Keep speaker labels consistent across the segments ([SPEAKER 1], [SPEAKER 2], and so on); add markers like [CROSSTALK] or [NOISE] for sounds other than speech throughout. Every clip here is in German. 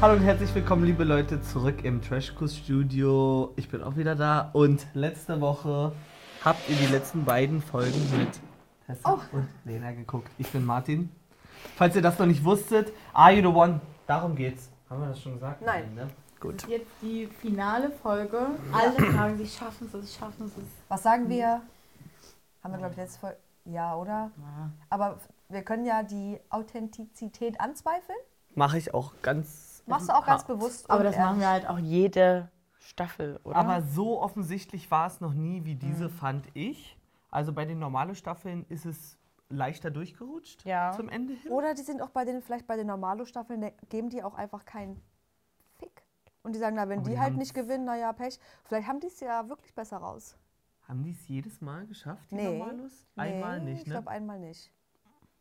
[SPEAKER 1] Hallo und herzlich willkommen, liebe Leute, zurück im Trashkurs Studio. Ich bin auch wieder da und letzte Woche habt ihr die letzten beiden Folgen mit Tessa
[SPEAKER 2] Oh.
[SPEAKER 1] und Lena geguckt. Ich bin Martin. Falls ihr das noch nicht wusstet, Are You the One? Darum geht's. Haben wir das schon gesagt?
[SPEAKER 2] Nein.
[SPEAKER 1] ne?
[SPEAKER 2] Das
[SPEAKER 1] Gut.
[SPEAKER 2] ist jetzt die finale Folge. Alle fragen sich, schaffen sie es, schaffen sie es.
[SPEAKER 3] Was sagen wir? Haben wir, glaube ich, letzte Folge. Ja, oder? Aber wir können ja die Authentizität anzweifeln.
[SPEAKER 1] Mache ich auch ganz.
[SPEAKER 3] Machst du auch ganz
[SPEAKER 1] Ah.
[SPEAKER 3] bewusst.
[SPEAKER 4] Aber
[SPEAKER 3] und
[SPEAKER 4] das machen wir halt auch jede Staffel, oder?
[SPEAKER 1] Aber so offensichtlich war es noch nie wie diese, fand ich. Also bei den normalen Staffeln ist es leichter durchgerutscht
[SPEAKER 4] Ja.
[SPEAKER 1] zum Ende hin.
[SPEAKER 3] Oder die sind auch bei den, vielleicht bei den Normalo-Staffeln, ne- geben die auch einfach keinen Fick. Und die sagen, na, wenn
[SPEAKER 1] Aber
[SPEAKER 3] die,
[SPEAKER 1] die
[SPEAKER 3] halt
[SPEAKER 1] haben's-
[SPEAKER 3] nicht gewinnen, naja, Pech. Vielleicht haben die es ja wirklich besser raus.
[SPEAKER 1] Haben die es jedes Mal geschafft, die
[SPEAKER 3] Nee.
[SPEAKER 1] Normalos? Einmal
[SPEAKER 3] Nee,
[SPEAKER 1] nicht,
[SPEAKER 3] Ich
[SPEAKER 1] ne?
[SPEAKER 3] glaube, einmal nicht.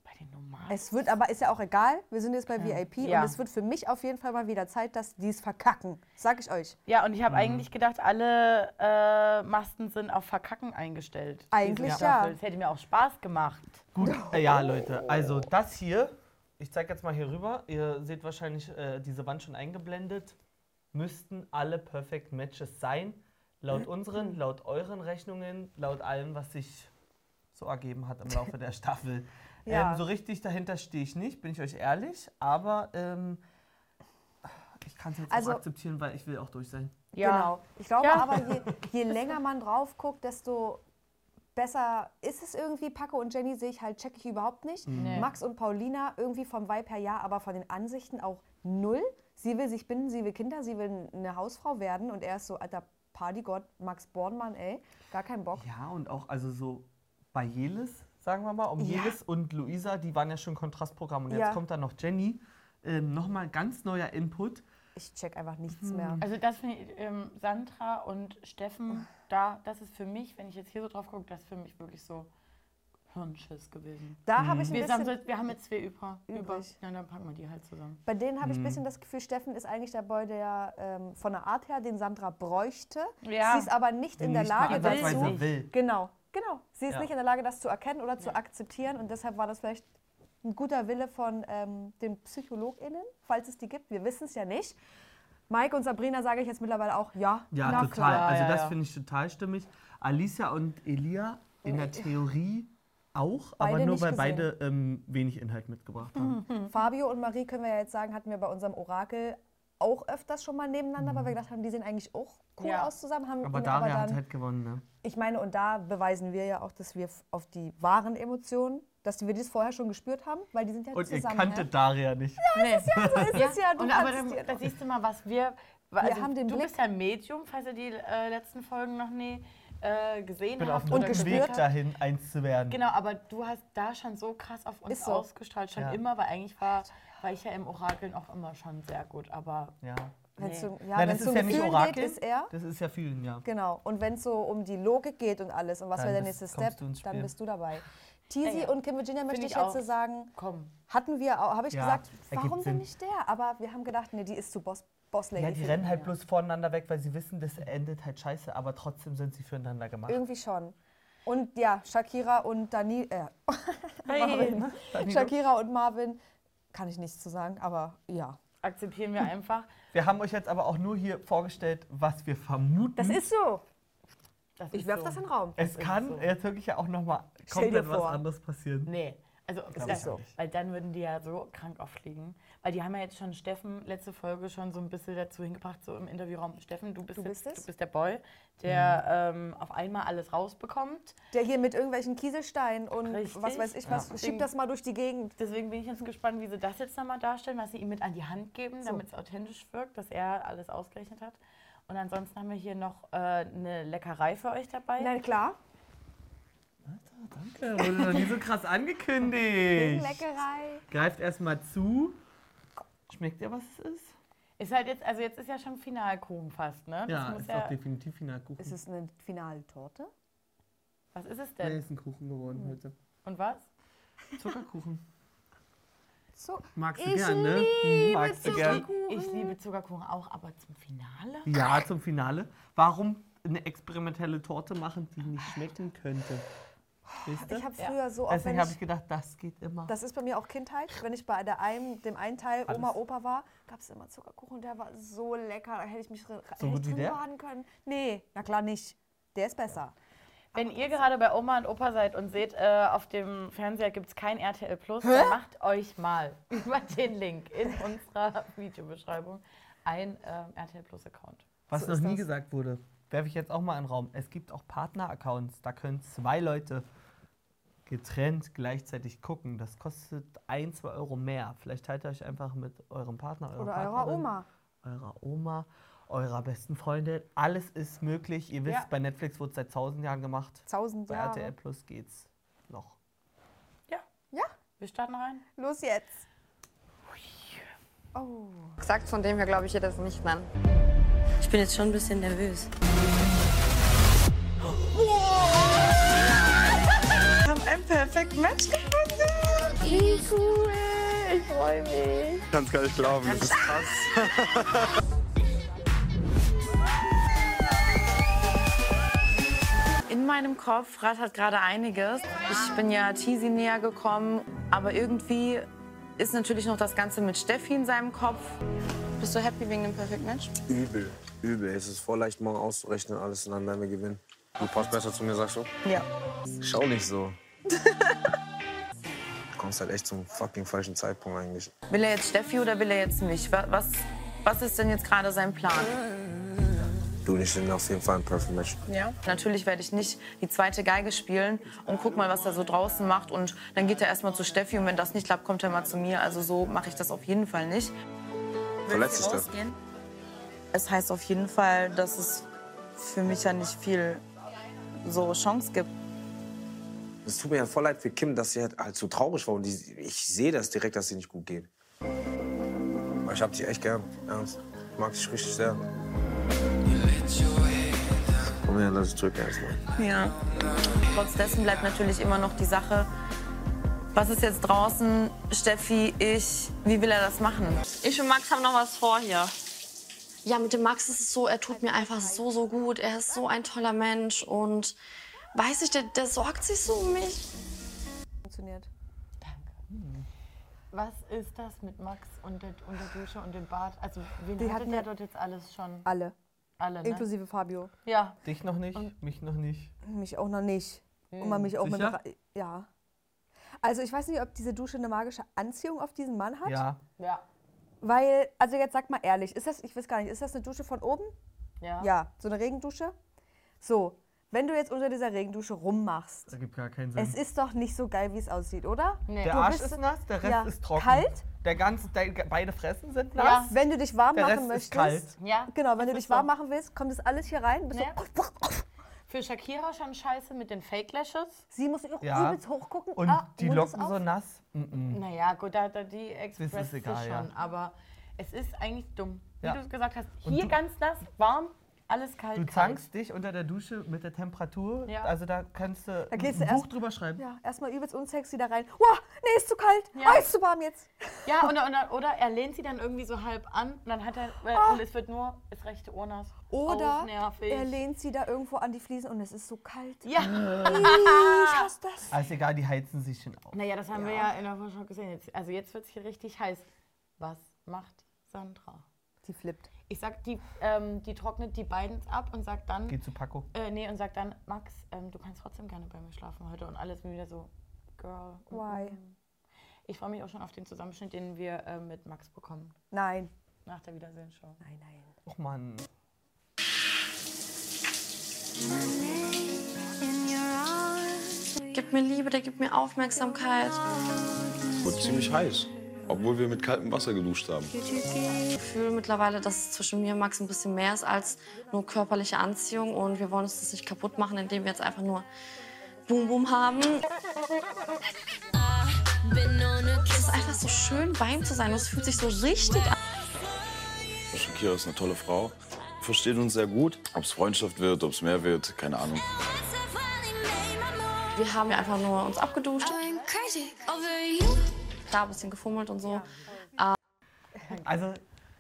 [SPEAKER 4] bei den normalen.
[SPEAKER 3] Es wird, aber ist ja auch egal. Wir sind jetzt bei VIP
[SPEAKER 4] Ja.
[SPEAKER 3] und es wird für mich auf jeden Fall mal wieder Zeit, dass die es verkacken. Sag ich euch.
[SPEAKER 4] Ja, und ich
[SPEAKER 3] Mhm.
[SPEAKER 4] habe eigentlich gedacht, alle äh, Masten sind auf Verkacken eingestellt. diese
[SPEAKER 3] Eigentlich ja.
[SPEAKER 4] Staffel. Das hätte mir auch Spaß gemacht.
[SPEAKER 1] Gut, äh, ja, Leute, also das hier, ich zeige jetzt mal hier rüber, ihr seht wahrscheinlich äh, diese Wand schon eingeblendet, müssten alle Perfect Matches sein,
[SPEAKER 3] Mhm.
[SPEAKER 1] laut unseren, laut euren Rechnungen, laut allem, was sich so ergeben hat im Laufe
[SPEAKER 3] [LAUGHS]
[SPEAKER 1] der Staffel.
[SPEAKER 3] Ja.
[SPEAKER 1] Ähm, so richtig dahinter stehe ich nicht, bin ich euch ehrlich, aber ähm, ich kann es jetzt
[SPEAKER 3] Also-
[SPEAKER 1] auch akzeptieren, weil ich will auch durch sein.
[SPEAKER 4] Ja.
[SPEAKER 3] Genau. Ich glaube
[SPEAKER 4] Ja.
[SPEAKER 3] aber, je, je
[SPEAKER 4] [LAUGHS]
[SPEAKER 3] länger man drauf guckt, desto besser ist es irgendwie. Paco und Jenny sehe ich halt, checke ich überhaupt nicht.
[SPEAKER 4] Mhm. Nee.
[SPEAKER 3] Max und Paulina irgendwie vom Vibe her ja, aber von den Ansichten auch null. Sie will sich binden, sie will Kinder, sie will eine Hausfrau werden und er ist so alter Partygott, Max Bornmann, ey, gar keinen Bock.
[SPEAKER 1] Ja, und auch also so bei Jelis, sagen wir mal, um
[SPEAKER 3] Ja.
[SPEAKER 1] Jelis und Luisa, die waren ja schon Kontrastprogramm. Und
[SPEAKER 3] Ja.
[SPEAKER 1] jetzt kommt dann noch Jenny. Ähm, Nochmal ganz neuer Input.
[SPEAKER 3] Ich check einfach nichts mehr.
[SPEAKER 4] Also das finde ich, ähm, Sandra und Steffen, da, das ist für mich, wenn ich jetzt hier so drauf gucke, das ist für mich wirklich so Hirnschiss gewesen.
[SPEAKER 3] Da habe ich ein
[SPEAKER 4] Wir, haben, so,
[SPEAKER 3] bisschen,
[SPEAKER 4] wir haben jetzt zwei über. über.
[SPEAKER 3] Übrig.
[SPEAKER 4] Ja, dann packen wir die halt zusammen.
[SPEAKER 3] bei denen habe ich ein bisschen das Gefühl, Steffen ist eigentlich der Boy, der ähm, von der Art her den Sandra bräuchte.
[SPEAKER 4] Ja.
[SPEAKER 3] Sie ist aber nicht in der
[SPEAKER 1] Nicht mal
[SPEAKER 3] Lage
[SPEAKER 1] ansatzweise
[SPEAKER 3] dazu,
[SPEAKER 4] nicht.
[SPEAKER 1] will.
[SPEAKER 3] Genau, genau. Sie ist
[SPEAKER 1] Ja.
[SPEAKER 3] nicht in der Lage, das zu erkennen oder zu akzeptieren. Und deshalb war das vielleicht ein guter Wille von ähm, den PsychologInnen, falls es die gibt. Wir wissen es ja nicht. Mike und Sabrina sage ich jetzt mittlerweile auch, ja,
[SPEAKER 1] Ja,
[SPEAKER 3] na
[SPEAKER 1] total.
[SPEAKER 3] klar.
[SPEAKER 1] Also
[SPEAKER 4] Ja, ja,
[SPEAKER 1] das
[SPEAKER 4] ja.
[SPEAKER 1] finde ich total stimmig. Alicia und Elia in der Theorie auch,
[SPEAKER 3] Oh, Beide
[SPEAKER 1] aber nur
[SPEAKER 3] nicht
[SPEAKER 1] weil
[SPEAKER 3] gesehen. Mhm.
[SPEAKER 1] beide ähm, wenig Inhalt mitgebracht haben.
[SPEAKER 3] Fabio und Marie, können wir ja jetzt sagen, hatten wir bei unserem Orakel auch öfters schon mal nebeneinander, weil wir gedacht haben, die sehen eigentlich auch cool
[SPEAKER 4] Ja.
[SPEAKER 3] aus zusammen. Haben
[SPEAKER 1] Mhm. Aber
[SPEAKER 3] ihn
[SPEAKER 1] Daria hat
[SPEAKER 3] dann-
[SPEAKER 1] halt gewonnen, ne?
[SPEAKER 3] Ich meine, und da beweisen wir ja auch, dass wir f- auf die wahren Emotionen, dass wir das vorher schon gespürt haben, weil die sind ja
[SPEAKER 1] Und ihr
[SPEAKER 3] zusammen.
[SPEAKER 1] kanntet Daria nicht.
[SPEAKER 4] Nee.
[SPEAKER 3] ne? Das ist ja, du
[SPEAKER 4] und
[SPEAKER 3] kannst
[SPEAKER 4] aber
[SPEAKER 3] es dir
[SPEAKER 4] dann, da
[SPEAKER 3] doch.
[SPEAKER 4] siehst du mal, was wir.
[SPEAKER 3] Wir
[SPEAKER 4] wa- Also
[SPEAKER 3] haben den
[SPEAKER 4] du
[SPEAKER 3] Blick.
[SPEAKER 4] bist ja Medium, falls ihr die äh, letzten Folgen noch nie äh, gesehen
[SPEAKER 1] Ich bin auf
[SPEAKER 4] habt
[SPEAKER 1] dem
[SPEAKER 4] oder
[SPEAKER 3] Und gespürt.
[SPEAKER 1] Weg
[SPEAKER 4] gehört habt.
[SPEAKER 1] dahin, eins zu werden.
[SPEAKER 4] Genau, aber du hast da schon so krass auf uns
[SPEAKER 3] Ist so.
[SPEAKER 4] ausgestrahlt, schon
[SPEAKER 1] Ja.
[SPEAKER 4] immer, weil eigentlich war, war ich ja im Orakeln auch immer schon sehr gut. Aber
[SPEAKER 1] Ja.
[SPEAKER 3] Wenn's
[SPEAKER 4] Nee.
[SPEAKER 3] um, ja,
[SPEAKER 1] Nein,
[SPEAKER 3] wenn's
[SPEAKER 1] das ist
[SPEAKER 3] um
[SPEAKER 1] ja nicht
[SPEAKER 3] Gefühl
[SPEAKER 1] Orakel.
[SPEAKER 3] geht, ist er.
[SPEAKER 1] Das ist ja vielen, ja.
[SPEAKER 3] Genau. Und wenn es so um die Logik geht und alles und was
[SPEAKER 1] Dann
[SPEAKER 3] wäre der
[SPEAKER 1] bist-
[SPEAKER 3] nächste
[SPEAKER 1] kommst
[SPEAKER 3] Step,
[SPEAKER 1] du ins Spiel. Ah,
[SPEAKER 3] dann bist du dabei. Teasy
[SPEAKER 4] Ja, ja.
[SPEAKER 3] und Kim Virginia möchte
[SPEAKER 4] Finde
[SPEAKER 3] ich
[SPEAKER 4] ich
[SPEAKER 3] jetzt
[SPEAKER 4] auch.
[SPEAKER 3] sagen,
[SPEAKER 4] komm,
[SPEAKER 3] hatten wir auch, habe ich
[SPEAKER 1] Ja,
[SPEAKER 3] gesagt,
[SPEAKER 1] ergibt
[SPEAKER 3] warum
[SPEAKER 1] Sinn.
[SPEAKER 3] denn nicht der? Aber wir haben gedacht, nee, die ist zu Boss, Boss Lady.
[SPEAKER 1] Ja, die
[SPEAKER 3] für
[SPEAKER 1] rennen
[SPEAKER 3] den
[SPEAKER 1] halt
[SPEAKER 3] Kinder.
[SPEAKER 1] bloß voneinander weg, weil sie wissen, das endet halt scheiße, aber trotzdem sind sie füreinander gemacht.
[SPEAKER 3] Irgendwie schon. Und ja, Shakira und Dani, äh, Marvin.
[SPEAKER 1] Danilo?
[SPEAKER 3] Shakira und Marvin, kann ich nichts zu sagen, aber ja.
[SPEAKER 4] [LAUGHS] akzeptieren wir einfach.
[SPEAKER 1] Wir haben euch jetzt aber auch nur hier vorgestellt, was wir vermuten.
[SPEAKER 3] Das ist so.
[SPEAKER 4] Das
[SPEAKER 3] Ich
[SPEAKER 4] ist
[SPEAKER 3] werf
[SPEAKER 4] so.
[SPEAKER 3] das in den Raum.
[SPEAKER 1] es
[SPEAKER 4] ist
[SPEAKER 1] kann
[SPEAKER 4] so.
[SPEAKER 1] jetzt wirklich ja auch nochmal
[SPEAKER 3] Stell dir
[SPEAKER 1] komplett was
[SPEAKER 3] vor. Mhm.
[SPEAKER 1] anderes passieren.
[SPEAKER 4] Nee. Also,
[SPEAKER 1] Glaub
[SPEAKER 4] das,
[SPEAKER 1] ich auch nicht.
[SPEAKER 4] weil dann würden die ja so krank auffliegen. Weil die haben ja jetzt schon Steffen letzte Folge schon so ein bisschen dazu hingebracht, so im Interviewraum. Steffen, du bist,
[SPEAKER 3] Du bist
[SPEAKER 4] jetzt,
[SPEAKER 3] es?
[SPEAKER 4] du bist der Boy, der
[SPEAKER 1] Mhm.
[SPEAKER 4] ähm, auf einmal alles rausbekommt.
[SPEAKER 3] Der hier mit irgendwelchen Kieselsteinen und
[SPEAKER 4] Richtig.
[SPEAKER 3] was weiß ich was, schiebt das mal durch die Gegend.
[SPEAKER 4] Deswegen bin ich jetzt gespannt, wie sie das jetzt nochmal darstellen, was sie ihm mit an die Hand geben, damit es authentisch wirkt, dass er alles ausgerechnet hat. Und ansonsten haben wir hier noch äh, eine Leckerei für euch dabei.
[SPEAKER 3] Nein, klar.
[SPEAKER 1] Danke, wurde noch nie so krass angekündigt.
[SPEAKER 3] Leckerei.
[SPEAKER 1] Greift erstmal zu. Schmeckt ihr, was es ist?
[SPEAKER 4] Ist halt jetzt, also jetzt ist ja schon Finalkuchen fast, ne? Das
[SPEAKER 1] ja,
[SPEAKER 4] muss
[SPEAKER 1] ist doch definitiv Finalkuchen.
[SPEAKER 3] Ist es eine Finaltorte?
[SPEAKER 4] was ist es
[SPEAKER 1] nee,
[SPEAKER 4] denn?
[SPEAKER 1] ist ein Kuchen geworden
[SPEAKER 3] Mhm.
[SPEAKER 1] heute.
[SPEAKER 4] Und was?
[SPEAKER 1] Zuckerkuchen.
[SPEAKER 3] So.
[SPEAKER 1] Magst du
[SPEAKER 3] Ich
[SPEAKER 1] gern, ne? Mhm, Magst du gern.
[SPEAKER 4] Ich liebe Zuckerkuchen auch, aber zum Finale?
[SPEAKER 1] Ja, zum Finale. Warum eine experimentelle Torte machen, die nicht schmecken könnte? Siehst du?
[SPEAKER 3] Ich habe früher so oft, wenn
[SPEAKER 1] Deswegen habe
[SPEAKER 3] ich,
[SPEAKER 1] ich gedacht, das geht immer.
[SPEAKER 3] das ist bei mir auch Kindheit, wenn ich bei der einen, dem einen Teil Oma,
[SPEAKER 1] Alles.
[SPEAKER 3] Opa war, gab es immer Zuckerkuchen, der war so lecker, da hätte ich mich drin,
[SPEAKER 1] So
[SPEAKER 3] hätte
[SPEAKER 1] gut
[SPEAKER 3] ich
[SPEAKER 1] wie
[SPEAKER 3] drin
[SPEAKER 1] der?
[SPEAKER 3] baden können. Nee, na klar nicht. Der ist besser.
[SPEAKER 4] Wenn ihr gerade bei Oma und Opa seid und seht, äh, auf dem Fernseher gibt es kein RTL Plus, dann macht euch mal [LAUGHS] über den Link in unserer [LAUGHS] Videobeschreibung ein ähm, RTL Plus Account.
[SPEAKER 1] Was
[SPEAKER 3] So
[SPEAKER 1] noch
[SPEAKER 3] ist
[SPEAKER 1] nie
[SPEAKER 3] das.
[SPEAKER 1] gesagt wurde, werfe ich jetzt auch mal in den Raum. Es gibt auch Partner-Accounts, da können zwei Leute getrennt gleichzeitig gucken. Das kostet ein, zwei Euro mehr. Vielleicht teilt ihr euch einfach mit eurem Partner, eurer
[SPEAKER 3] Oder eurer
[SPEAKER 1] Partnerin,
[SPEAKER 3] Oma.
[SPEAKER 1] eurer Oma, eurer besten Freundin. Alles ist möglich. Ihr wisst,
[SPEAKER 3] Ja.
[SPEAKER 1] bei Netflix wurde es seit tausend Jahren gemacht.
[SPEAKER 3] Tausend
[SPEAKER 1] Bei RTL
[SPEAKER 3] Jahre.
[SPEAKER 1] Plus geht's noch.
[SPEAKER 4] Wir starten rein.
[SPEAKER 3] Los jetzt. Oh.
[SPEAKER 5] Sagt von dem her glaube ich ihr das nicht an. Ich bin jetzt schon ein bisschen nervös.
[SPEAKER 6] Kann's gar nicht glauben. Das ist krass.
[SPEAKER 7] In meinem Kopf rattert gerade einiges. Ich bin ja Tisi näher gekommen, aber irgendwie ist natürlich noch das Ganze mit Steffi in seinem Kopf. Bist du happy wegen dem Perfect Match?
[SPEAKER 6] Übel, übel. Es ist voll leicht, morgen auszurechnen, alles und dann werden wir gewinnen. Du passt besser zu mir, sagst du?
[SPEAKER 7] Ja.
[SPEAKER 6] Schau nicht so. du kommst halt echt zum fucking falschen Zeitpunkt eigentlich.
[SPEAKER 7] Will er jetzt Steffi oder will er jetzt mich? Wa- Was, was ist denn jetzt gerade sein Plan?
[SPEAKER 6] Du, ich bin auf jeden Fall ein Perfect Match.
[SPEAKER 7] Ja. Natürlich werde ich nicht die zweite Geige spielen und guck mal, was er so draußen macht. Und dann geht er erstmal zu Steffi und wenn das nicht klappt, kommt er mal zu mir. Also so mache ich das auf jeden Fall nicht.
[SPEAKER 6] Verletzt dich das?
[SPEAKER 7] Es heißt auf jeden Fall, dass es für mich ja nicht viel so Chance gibt.
[SPEAKER 6] Es tut mir ja voll leid für Kim, dass sie halt, halt so traurig war. Und die, ich sehe das direkt, dass sie nicht gut geht. Aber ich hab dich echt gern, ernst. Ich mag dich richtig sehr. Komm her, lass dich drücken erstmal.
[SPEAKER 7] Ja. Trotz dessen bleibt natürlich immer noch die Sache, was ist jetzt draußen, Steffi, ich, wie will er das machen?
[SPEAKER 8] Ich und Max haben noch was vor hier.
[SPEAKER 5] Ja, mit dem Max ist es so, er tut mir einfach so, so gut. Er ist so ein toller Mensch und weiß ich, der, der sorgt sich so um mich.
[SPEAKER 3] Funktioniert.
[SPEAKER 4] Was ist das mit Max und der, und der Dusche und dem Bart? Also, wen
[SPEAKER 3] Die
[SPEAKER 4] hattet
[SPEAKER 3] hatten
[SPEAKER 4] ihr
[SPEAKER 3] ja-
[SPEAKER 4] dort jetzt alles schon?
[SPEAKER 3] Alle.
[SPEAKER 4] Alle, ne?
[SPEAKER 3] Inklusive Fabio.
[SPEAKER 4] Ja.
[SPEAKER 1] Dich noch nicht, mich noch nicht.
[SPEAKER 3] Mich auch noch nicht. Oma mich auch
[SPEAKER 1] Sicher?
[SPEAKER 3] mit. Ja. Also ich weiß nicht, ob diese Dusche eine magische Anziehung auf diesen Mann hat.
[SPEAKER 1] Ja,
[SPEAKER 4] Ja.
[SPEAKER 3] Weil, also jetzt sag mal ehrlich, ist das, ich weiß gar nicht, ist das eine Dusche von oben?
[SPEAKER 4] Ja.
[SPEAKER 3] Ja, so eine Regendusche. So, wenn du jetzt unter dieser Regendusche rummachst,
[SPEAKER 1] das ergibt gar keinen Sinn.
[SPEAKER 3] es ist doch nicht so geil, wie es aussieht, oder?
[SPEAKER 1] der
[SPEAKER 3] du
[SPEAKER 1] Arsch
[SPEAKER 3] bist-
[SPEAKER 1] ist nass, der Rest
[SPEAKER 3] ja,
[SPEAKER 1] ist trocken.
[SPEAKER 3] kalt?
[SPEAKER 1] Der ganze, de, beide Fressen sind nass.
[SPEAKER 4] Ja.
[SPEAKER 3] Wenn du dich warm
[SPEAKER 1] Der
[SPEAKER 3] machen
[SPEAKER 1] Rest
[SPEAKER 3] möchtest,
[SPEAKER 1] ist kalt.
[SPEAKER 4] Ja.
[SPEAKER 3] genau, wenn du
[SPEAKER 4] Das
[SPEAKER 3] dich
[SPEAKER 4] ist so.
[SPEAKER 3] warm machen willst, kommt das alles hier rein. Bist
[SPEAKER 4] Ja.
[SPEAKER 3] so,
[SPEAKER 4] Für Shakira schon scheiße mit den Fake Lashes.
[SPEAKER 3] sie muss auch
[SPEAKER 1] Ja.
[SPEAKER 3] übelst hochgucken.
[SPEAKER 1] Und
[SPEAKER 3] ah,
[SPEAKER 1] die
[SPEAKER 3] Mund ist
[SPEAKER 1] Locken so
[SPEAKER 3] auf.
[SPEAKER 1] nass. Mm -mm.
[SPEAKER 4] Naja, gut, da hat er die express sich
[SPEAKER 1] egal, ja.
[SPEAKER 4] schon. Aber es ist eigentlich dumm. Wie
[SPEAKER 1] Ja.
[SPEAKER 4] du es gesagt hast,
[SPEAKER 1] Und
[SPEAKER 4] hier
[SPEAKER 1] du-
[SPEAKER 4] ganz nass, warm, alles kalt.
[SPEAKER 1] Du
[SPEAKER 4] kalt.
[SPEAKER 1] zankst dich unter der Dusche mit der Temperatur.
[SPEAKER 4] Ja.
[SPEAKER 1] Also da kannst du
[SPEAKER 3] Da gehst
[SPEAKER 1] ein
[SPEAKER 3] du
[SPEAKER 1] Buch
[SPEAKER 3] erst-
[SPEAKER 1] drüber schreiben.
[SPEAKER 3] Ja, erstmal übelst unsexy da rein. Wow, nee, ist zu kalt.
[SPEAKER 4] Ja.
[SPEAKER 3] Oh, ist zu warm jetzt.
[SPEAKER 4] Ja, oder, oder, oder er lehnt sie dann irgendwie so halb an und dann hat er, äh, und es wird nur das rechte Ohr nass.
[SPEAKER 3] Oder
[SPEAKER 4] oh, nervig.
[SPEAKER 3] er lehnt sie da irgendwo an die Fliesen und es ist so kalt.
[SPEAKER 4] [LAUGHS] Ja.
[SPEAKER 3] Ich hasse das.
[SPEAKER 1] Also egal, die heizen sich schon auf.
[SPEAKER 4] Naja, das haben wir ja in der Vorschau gesehen. Jetzt, also jetzt wird es hier richtig heiß. Was macht Sandra?
[SPEAKER 3] Die flippt.
[SPEAKER 4] Ich sag, die, ähm, die trocknet die beiden ab und sagt dann,
[SPEAKER 1] Geh zu Paco.
[SPEAKER 4] äh, nee, und sagt dann, Max, ähm, du kannst trotzdem gerne bei mir schlafen heute. Und alles wieder so, Girl. mm,
[SPEAKER 3] Why?
[SPEAKER 4] mm. Ich freue mich auch schon auf den Zusammenschnitt, den wir äh, mit Max bekommen.
[SPEAKER 3] Nein.
[SPEAKER 4] Nach der Wiedersehensshow.
[SPEAKER 3] Nein, nein.
[SPEAKER 1] Och Mann.
[SPEAKER 5] Gibt mir Liebe, der gibt mir Aufmerksamkeit.
[SPEAKER 9] Wurde ziemlich heiß, obwohl wir mit kaltem Wasser geduscht haben.
[SPEAKER 5] Ich fühle mittlerweile, dass es zwischen mir und Max ein bisschen mehr ist als nur körperliche Anziehung und wir wollen uns das nicht kaputt machen, indem wir jetzt einfach nur Boom Boom haben. Es ist einfach so schön, bei ihm zu sein. Es fühlt sich so richtig an.
[SPEAKER 9] Shakira ist eine tolle Frau, versteht uns sehr gut. Ob es Freundschaft wird, ob es mehr wird, keine Ahnung.
[SPEAKER 5] Wir haben ja einfach nur uns abgeduscht, da ein bisschen gefummelt und so.
[SPEAKER 1] Also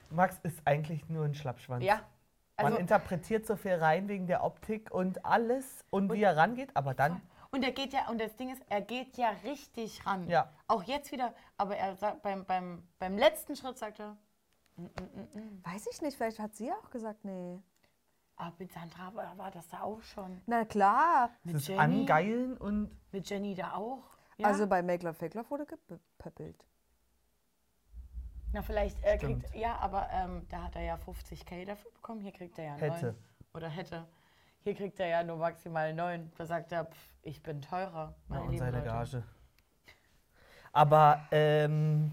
[SPEAKER 1] Max ist eigentlich nur ein Schlappschwanz.
[SPEAKER 4] Ja.
[SPEAKER 3] also
[SPEAKER 1] Man interpretiert so viel rein wegen der Optik und alles und, wie er rangeht, aber dann
[SPEAKER 4] Und er geht ja, und das Ding ist, er geht ja richtig ran.
[SPEAKER 1] Ja.
[SPEAKER 4] Auch jetzt wieder, aber er sagt, beim, beim, beim letzten Schritt sagt er,
[SPEAKER 3] Weiß ich nicht, vielleicht hat sie auch gesagt, nee.
[SPEAKER 4] ah, mit Sandra war war das da auch schon.
[SPEAKER 3] Na klar.
[SPEAKER 4] Mit
[SPEAKER 1] Das
[SPEAKER 4] Jenny,
[SPEAKER 1] Angeilen und
[SPEAKER 4] mit Jenny da auch. Ja?
[SPEAKER 3] Also bei Make Love Fake Love wurde gepöppelt.
[SPEAKER 4] Na, vielleicht äh, kriegt,
[SPEAKER 1] Stimmt.
[SPEAKER 4] ja, aber ähm, da hat er ja 50k dafür bekommen. Hier kriegt er ja
[SPEAKER 1] Hätte.
[SPEAKER 4] 9. Oder hätte. Hier kriegt er ja nur maximal 9. Da sagt er, pff, ich bin teurer.
[SPEAKER 1] Ja,
[SPEAKER 4] Meine
[SPEAKER 1] und
[SPEAKER 4] lieben
[SPEAKER 1] seine
[SPEAKER 4] Leute.
[SPEAKER 1] Gage. Aber, ähm,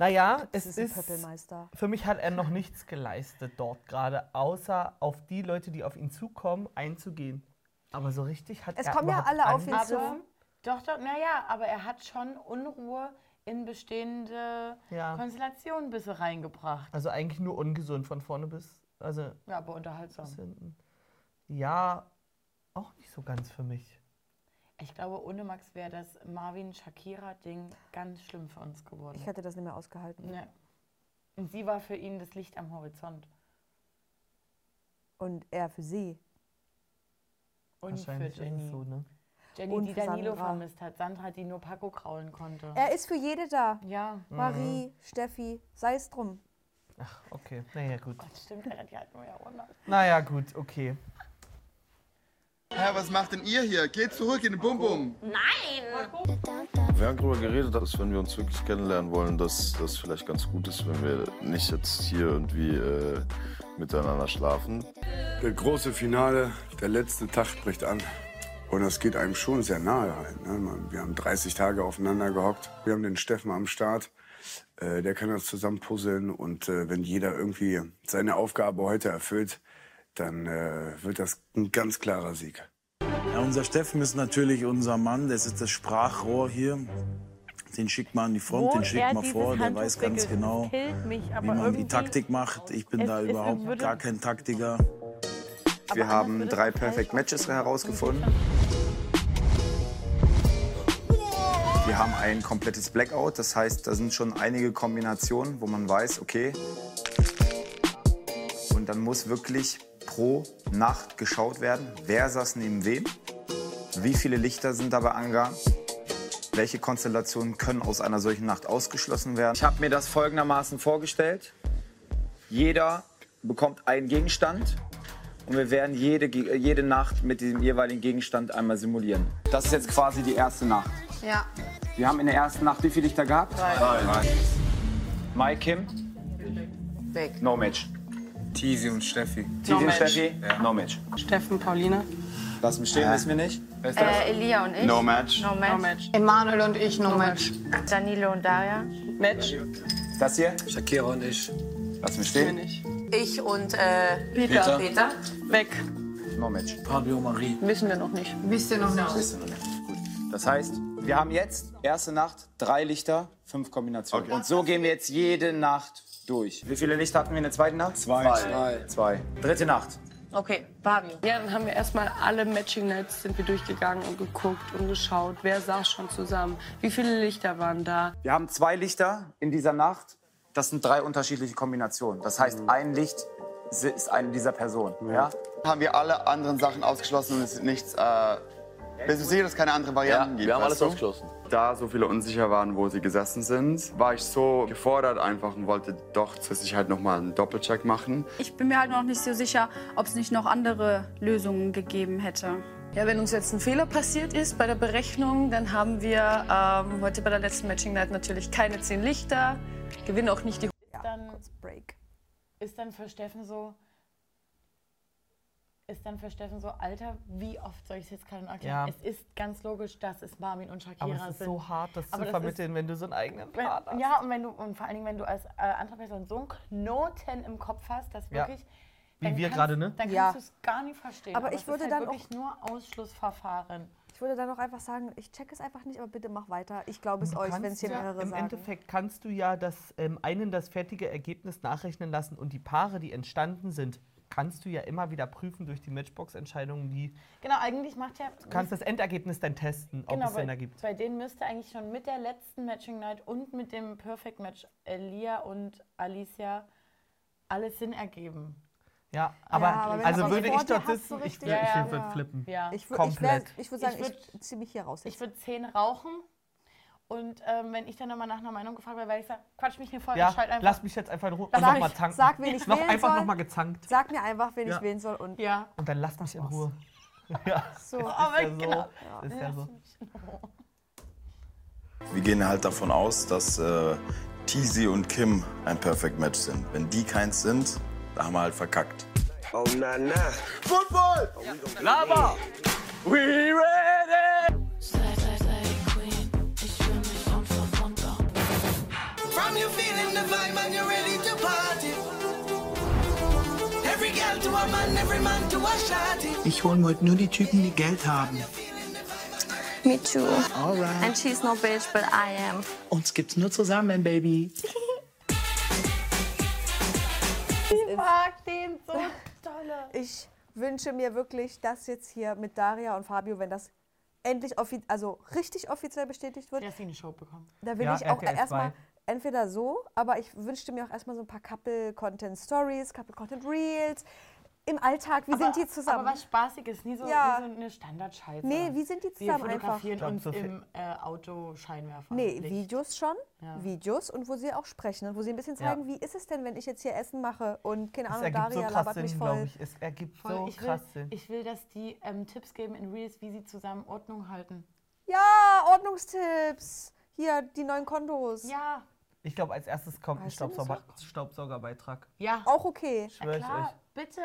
[SPEAKER 1] naja, es
[SPEAKER 3] Das ist ein
[SPEAKER 1] ist.
[SPEAKER 3] Pöppelmeister.
[SPEAKER 1] Für mich hat er noch nichts geleistet dort gerade, außer auf die Leute, die auf ihn zukommen, einzugehen. Aber so richtig hat
[SPEAKER 3] Es
[SPEAKER 1] er
[SPEAKER 3] kommen ja
[SPEAKER 1] überhaupt
[SPEAKER 3] alle auf
[SPEAKER 1] an-
[SPEAKER 3] ihn zu.
[SPEAKER 4] Aber, doch, doch, naja, aber er hat schon Unruhe in bestehende
[SPEAKER 1] Ja.
[SPEAKER 4] Konstellationen ein bisschen reingebracht.
[SPEAKER 1] Also eigentlich nur ungesund von vorne bis, also
[SPEAKER 4] Ja, aber unterhaltsam.
[SPEAKER 1] bis hinten. Ja, auch nicht so ganz für mich.
[SPEAKER 4] Ich glaube, ohne Max wäre das Marvin-Shakira-Ding ganz schlimm für uns geworden.
[SPEAKER 3] Ich hätte das nicht mehr ausgehalten.
[SPEAKER 4] ja. Und sie war für ihn das Licht am Horizont.
[SPEAKER 3] Und er für sie.
[SPEAKER 4] Und für
[SPEAKER 1] Wahrscheinlich ist
[SPEAKER 4] Jenny.
[SPEAKER 1] es so, ne?
[SPEAKER 4] Jenny,
[SPEAKER 3] Und
[SPEAKER 4] die
[SPEAKER 3] für
[SPEAKER 4] Danilo
[SPEAKER 3] Sandra.
[SPEAKER 4] vermisst hat. Sandra, die nur Paco kraulen konnte.
[SPEAKER 3] Er ist für jede da.
[SPEAKER 1] Mhm.
[SPEAKER 4] ja,
[SPEAKER 3] Marie, Steffi, sei es drum.
[SPEAKER 1] Ach, okay. Naja, gut.
[SPEAKER 4] das stimmt, er hat die halt nur ja ohne.
[SPEAKER 1] Naja, gut, okay.
[SPEAKER 10] Herr, was macht denn ihr hier? Geht zurück in den Bum-Bum.
[SPEAKER 9] Wir haben darüber geredet, dass wenn wir uns wirklich kennenlernen wollen, dass das vielleicht ganz gut ist, wenn wir nicht jetzt hier irgendwie äh, miteinander schlafen.
[SPEAKER 10] Das große Finale, der letzte Tag bricht an. Und das geht einem schon sehr nahe. Halt, ne? Man- Wir haben 30 Tage aufeinander gehockt. Wir haben den Steffen am Start. Äh, der kann das zusammen puzzeln. Und äh, wenn jeder irgendwie seine Aufgabe heute erfüllt, dann äh, wird das ein ganz klarer Sieg.
[SPEAKER 11] Ja, unser Steffen ist natürlich unser Mann, das ist das Sprachrohr hier. Den schickt man an die Front, den schickt man vor, der weiß ganz genau,
[SPEAKER 7] killt mich,
[SPEAKER 11] wie man die Taktik macht. Ich bin
[SPEAKER 7] Es
[SPEAKER 11] da
[SPEAKER 7] ist- es
[SPEAKER 11] überhaupt
[SPEAKER 7] würde-
[SPEAKER 11] gar kein Taktiker.
[SPEAKER 6] Wir haben drei Perfect Matches herausgefunden. Wir haben ein komplettes Blackout, das heißt, da sind schon einige Kombinationen, wo man weiß, okay. Und dann muss wirklich pro Nacht geschaut werden, wer saß neben wem, wie viele Lichter sind dabei angegangen, welche Konstellationen können aus einer solchen Nacht ausgeschlossen werden. Ich habe mir das folgendermaßen vorgestellt. Jeder bekommt einen Gegenstand und wir werden jede, jede Nacht mit diesem jeweiligen Gegenstand einmal simulieren. Das ist jetzt quasi die erste Nacht.
[SPEAKER 5] Ja.
[SPEAKER 6] Wir haben in der ersten Nacht wie viele Lichter gehabt? Drei. Mai Kim?
[SPEAKER 8] Weg.
[SPEAKER 6] No match.
[SPEAKER 10] Tisi und Steffi.
[SPEAKER 6] Tisi und
[SPEAKER 8] match.
[SPEAKER 6] Steffi? No match.
[SPEAKER 8] Steffen, Pauline.
[SPEAKER 6] Lassen wir stehen, wissen wir nicht.
[SPEAKER 5] Äh, Elia und ich.
[SPEAKER 9] No match.
[SPEAKER 5] No match.
[SPEAKER 8] Match.
[SPEAKER 5] Emanuel und ich, no,
[SPEAKER 8] match.
[SPEAKER 5] Danilo und Daria.
[SPEAKER 8] Match.
[SPEAKER 6] Das hier?
[SPEAKER 11] Shakira und ich.
[SPEAKER 6] Lassen wir stehen.
[SPEAKER 8] Nicht.
[SPEAKER 5] Ich und äh,
[SPEAKER 8] Peter.
[SPEAKER 5] Peter.
[SPEAKER 8] Weg.
[SPEAKER 6] No match.
[SPEAKER 11] Fabio Marie.
[SPEAKER 8] Wissen wir noch nicht.
[SPEAKER 5] Wisst ihr noch nicht?
[SPEAKER 6] Gut. Das heißt, wir haben jetzt erste Nacht drei Lichter, fünf Kombinationen. Und so gehen wir jetzt jede Nacht durch. Wie viele Lichter hatten wir in der zweiten Nacht? Zwei. Zwei. Dritte Nacht.
[SPEAKER 5] Okay, Fabio.
[SPEAKER 8] Ja, dann haben wir erstmal alle Matching Nights sind wir durchgegangen und geguckt und geschaut, wer saß schon zusammen, wie viele Lichter waren da.
[SPEAKER 6] Wir haben zwei Lichter in dieser Nacht. Das sind drei unterschiedliche Kombinationen. Das heißt,
[SPEAKER 12] Mhm.
[SPEAKER 6] ein Licht si- ist eine dieser Personen. Ja?
[SPEAKER 10] Haben wir alle anderen Sachen ausgeschlossen und es ist nichts.
[SPEAKER 12] äh,
[SPEAKER 10] wir sind sicher, dass es keine anderen Varianten gibt.
[SPEAKER 12] Wir haben alles ausgeschlossen. Da so viele unsicher waren, wo sie gesessen sind, war ich so gefordert einfach und wollte doch zur Sicherheit nochmal einen Doppelcheck machen.
[SPEAKER 13] Ich bin mir halt noch nicht so sicher, ob es nicht noch andere Lösungen gegeben hätte.
[SPEAKER 8] Ja, wenn uns jetzt ein Fehler passiert ist bei der Berechnung, dann haben wir ähm, heute bei der letzten Matching Night natürlich keine zehn Lichter, gewinnen auch nicht die
[SPEAKER 4] Dann
[SPEAKER 3] Break.
[SPEAKER 4] ist dann für Steffen so, ist dann für Steffen so, Alter, wie oft soll ich es jetzt gerade noch erklären?
[SPEAKER 1] Ja.
[SPEAKER 4] Es ist ganz logisch, dass es Marvin und Shakira
[SPEAKER 1] Aber es ist
[SPEAKER 4] sind.
[SPEAKER 1] so hart, das
[SPEAKER 4] Aber
[SPEAKER 1] zu
[SPEAKER 4] das
[SPEAKER 1] vermitteln, wenn du so einen eigenen
[SPEAKER 4] Wenn,
[SPEAKER 1] Part hast.
[SPEAKER 4] ja, und wenn du und vor allen Dingen, wenn du als äh, andere Person so einen Knoten im Kopf hast, dass
[SPEAKER 1] Ja.
[SPEAKER 4] wirklich.
[SPEAKER 1] Wie
[SPEAKER 4] dann
[SPEAKER 1] wir
[SPEAKER 4] kannst-
[SPEAKER 1] gerade, ne?
[SPEAKER 4] Dann
[SPEAKER 3] Ja.
[SPEAKER 4] kannst du es gar nicht verstehen.
[SPEAKER 3] Aber ich
[SPEAKER 4] es
[SPEAKER 3] würde
[SPEAKER 4] ist
[SPEAKER 3] dann
[SPEAKER 4] halt wirklich nur Ausschlussverfahren.
[SPEAKER 3] Ich würde dann auch einfach sagen, ich check es einfach nicht, aber bitte mach weiter. Ich glaube es
[SPEAKER 1] Du
[SPEAKER 3] euch,
[SPEAKER 1] kannst
[SPEAKER 3] wenn es hier
[SPEAKER 1] ja,
[SPEAKER 3] mehrere
[SPEAKER 1] Im
[SPEAKER 3] sagen.
[SPEAKER 1] Endeffekt kannst du ja das, ähm, einen das fertige Ergebnis nachrechnen lassen und die Paare, die entstanden sind, kannst du ja immer wieder prüfen durch die Matchbox-Entscheidungen, die
[SPEAKER 4] Genau, eigentlich macht ja.
[SPEAKER 1] du kannst das Endergebnis dann testen, ob
[SPEAKER 4] genau,
[SPEAKER 1] es Sinn
[SPEAKER 4] bei,
[SPEAKER 1] ergibt.
[SPEAKER 4] bei denen müsste eigentlich schon mit der letzten Matching Night und mit dem Perfect Match Elia und Alicia alles Sinn ergeben.
[SPEAKER 1] Ja, aber,
[SPEAKER 3] aber wenn
[SPEAKER 1] also
[SPEAKER 3] das
[SPEAKER 1] würde
[SPEAKER 3] vor
[SPEAKER 1] ich
[SPEAKER 3] dir
[SPEAKER 1] dort
[SPEAKER 3] hast,
[SPEAKER 1] sitzen,
[SPEAKER 3] so
[SPEAKER 1] ich
[SPEAKER 3] richtig-
[SPEAKER 1] würde ich
[SPEAKER 4] Ja,
[SPEAKER 1] würd
[SPEAKER 4] ja.
[SPEAKER 1] flippen.
[SPEAKER 4] Ja. Ich
[SPEAKER 3] wür- ich wär-
[SPEAKER 1] Komplett.
[SPEAKER 3] Ich würde sagen,
[SPEAKER 4] Ich
[SPEAKER 3] ich,
[SPEAKER 4] würd-
[SPEAKER 3] ziehe mich hier raus.
[SPEAKER 4] Ich würde zehn rauchen. Und ähm, wenn ich dann nochmal nach einer Meinung gefragt werde, werde ich sagen, quatsch mich nicht voll,
[SPEAKER 1] ja,
[SPEAKER 4] ich schalte einfach.
[SPEAKER 1] lass mich jetzt einfach in Ruhe.
[SPEAKER 4] Lass
[SPEAKER 1] Und noch
[SPEAKER 4] mich-
[SPEAKER 1] mal tanken.
[SPEAKER 3] sag, wen ich
[SPEAKER 1] noch
[SPEAKER 3] wählen
[SPEAKER 1] einfach
[SPEAKER 3] soll.
[SPEAKER 1] nochmal gezankt.
[SPEAKER 3] Sag mir einfach, wen
[SPEAKER 1] Ja.
[SPEAKER 3] ich wählen soll und
[SPEAKER 4] ja.
[SPEAKER 1] Und dann lass mich in Ruhe.
[SPEAKER 3] [LAUGHS]
[SPEAKER 1] Ja,
[SPEAKER 3] so.
[SPEAKER 1] [LAUGHS] Es ist
[SPEAKER 4] aber
[SPEAKER 1] ja so.
[SPEAKER 4] genau.
[SPEAKER 1] Ist ja so.
[SPEAKER 11] Wir gehen halt davon aus, dass äh, Teasy und Kim ein Perfect Match sind. Wenn die keins sind, da haben wir halt verkackt. Oh na na.
[SPEAKER 14] Football! Lava! We ready! From you feeling the vibe and you're ready to party. Every girl to a man, every man to a shawty.
[SPEAKER 15] Ich hole heute nur die Typen, die Geld haben.
[SPEAKER 5] Me too.
[SPEAKER 15] Alright.
[SPEAKER 5] And she's no bitch, but I am.
[SPEAKER 15] Uns gibt's nur zusammen, Baby.
[SPEAKER 3] Ich
[SPEAKER 4] mag den so dolle.
[SPEAKER 3] Ich wünsche mir wirklich, dass jetzt hier mit Daria und Fabio, wenn das endlich offi also richtig offiziell bestätigt wird,
[SPEAKER 4] Dass sie eine Show bekommen.
[SPEAKER 3] da will
[SPEAKER 4] Ja,
[SPEAKER 3] ich auch
[SPEAKER 4] RTL
[SPEAKER 3] erstmal
[SPEAKER 4] 2.
[SPEAKER 3] entweder so, aber ich wünschte mir auch erstmal so ein paar Couple-Content-Stories, Couple-Content-Reels. Im Alltag, wie sind die zusammen?
[SPEAKER 4] Aber was Spaßiges, nie so,
[SPEAKER 3] Ja.
[SPEAKER 4] nie so eine Standardscheiße.
[SPEAKER 3] Nee, wie sind die zusammen
[SPEAKER 4] Wir
[SPEAKER 3] einfach?
[SPEAKER 4] fotografieren
[SPEAKER 3] Glaub,
[SPEAKER 4] uns
[SPEAKER 3] so viel-
[SPEAKER 4] im äh, Auto-Scheinwerfer.
[SPEAKER 3] Nee,
[SPEAKER 4] Licht.
[SPEAKER 3] Videos schon.
[SPEAKER 4] Ja.
[SPEAKER 3] Videos und wo sie auch sprechen und wo sie ein bisschen
[SPEAKER 1] Ja.
[SPEAKER 3] zeigen, wie ist es denn, wenn ich jetzt hier Essen mache und keine
[SPEAKER 1] Es
[SPEAKER 3] Ahnung,
[SPEAKER 1] ergibt so
[SPEAKER 3] Daria labert
[SPEAKER 1] krass
[SPEAKER 3] mich
[SPEAKER 1] Sinn,
[SPEAKER 3] voll.
[SPEAKER 1] glaube ich. Es ergibt
[SPEAKER 4] Voll,
[SPEAKER 1] so
[SPEAKER 4] ich, will,
[SPEAKER 1] krass Sinn.
[SPEAKER 4] ich will, dass die ähm, Tipps geben in Reels, wie sie zusammen Ordnung halten.
[SPEAKER 3] Ja, Ah, Ordnungstipps. Hier, die neuen Kondos.
[SPEAKER 4] Ja.
[SPEAKER 1] Ich glaube, als erstes kommt ein
[SPEAKER 4] Ah, stimmt, das
[SPEAKER 1] Staubsauger Staubsaugerbeitrag.
[SPEAKER 4] Ja.
[SPEAKER 3] Auch okay.
[SPEAKER 1] Schwör ich
[SPEAKER 4] Klar,
[SPEAKER 1] euch.
[SPEAKER 4] bitte.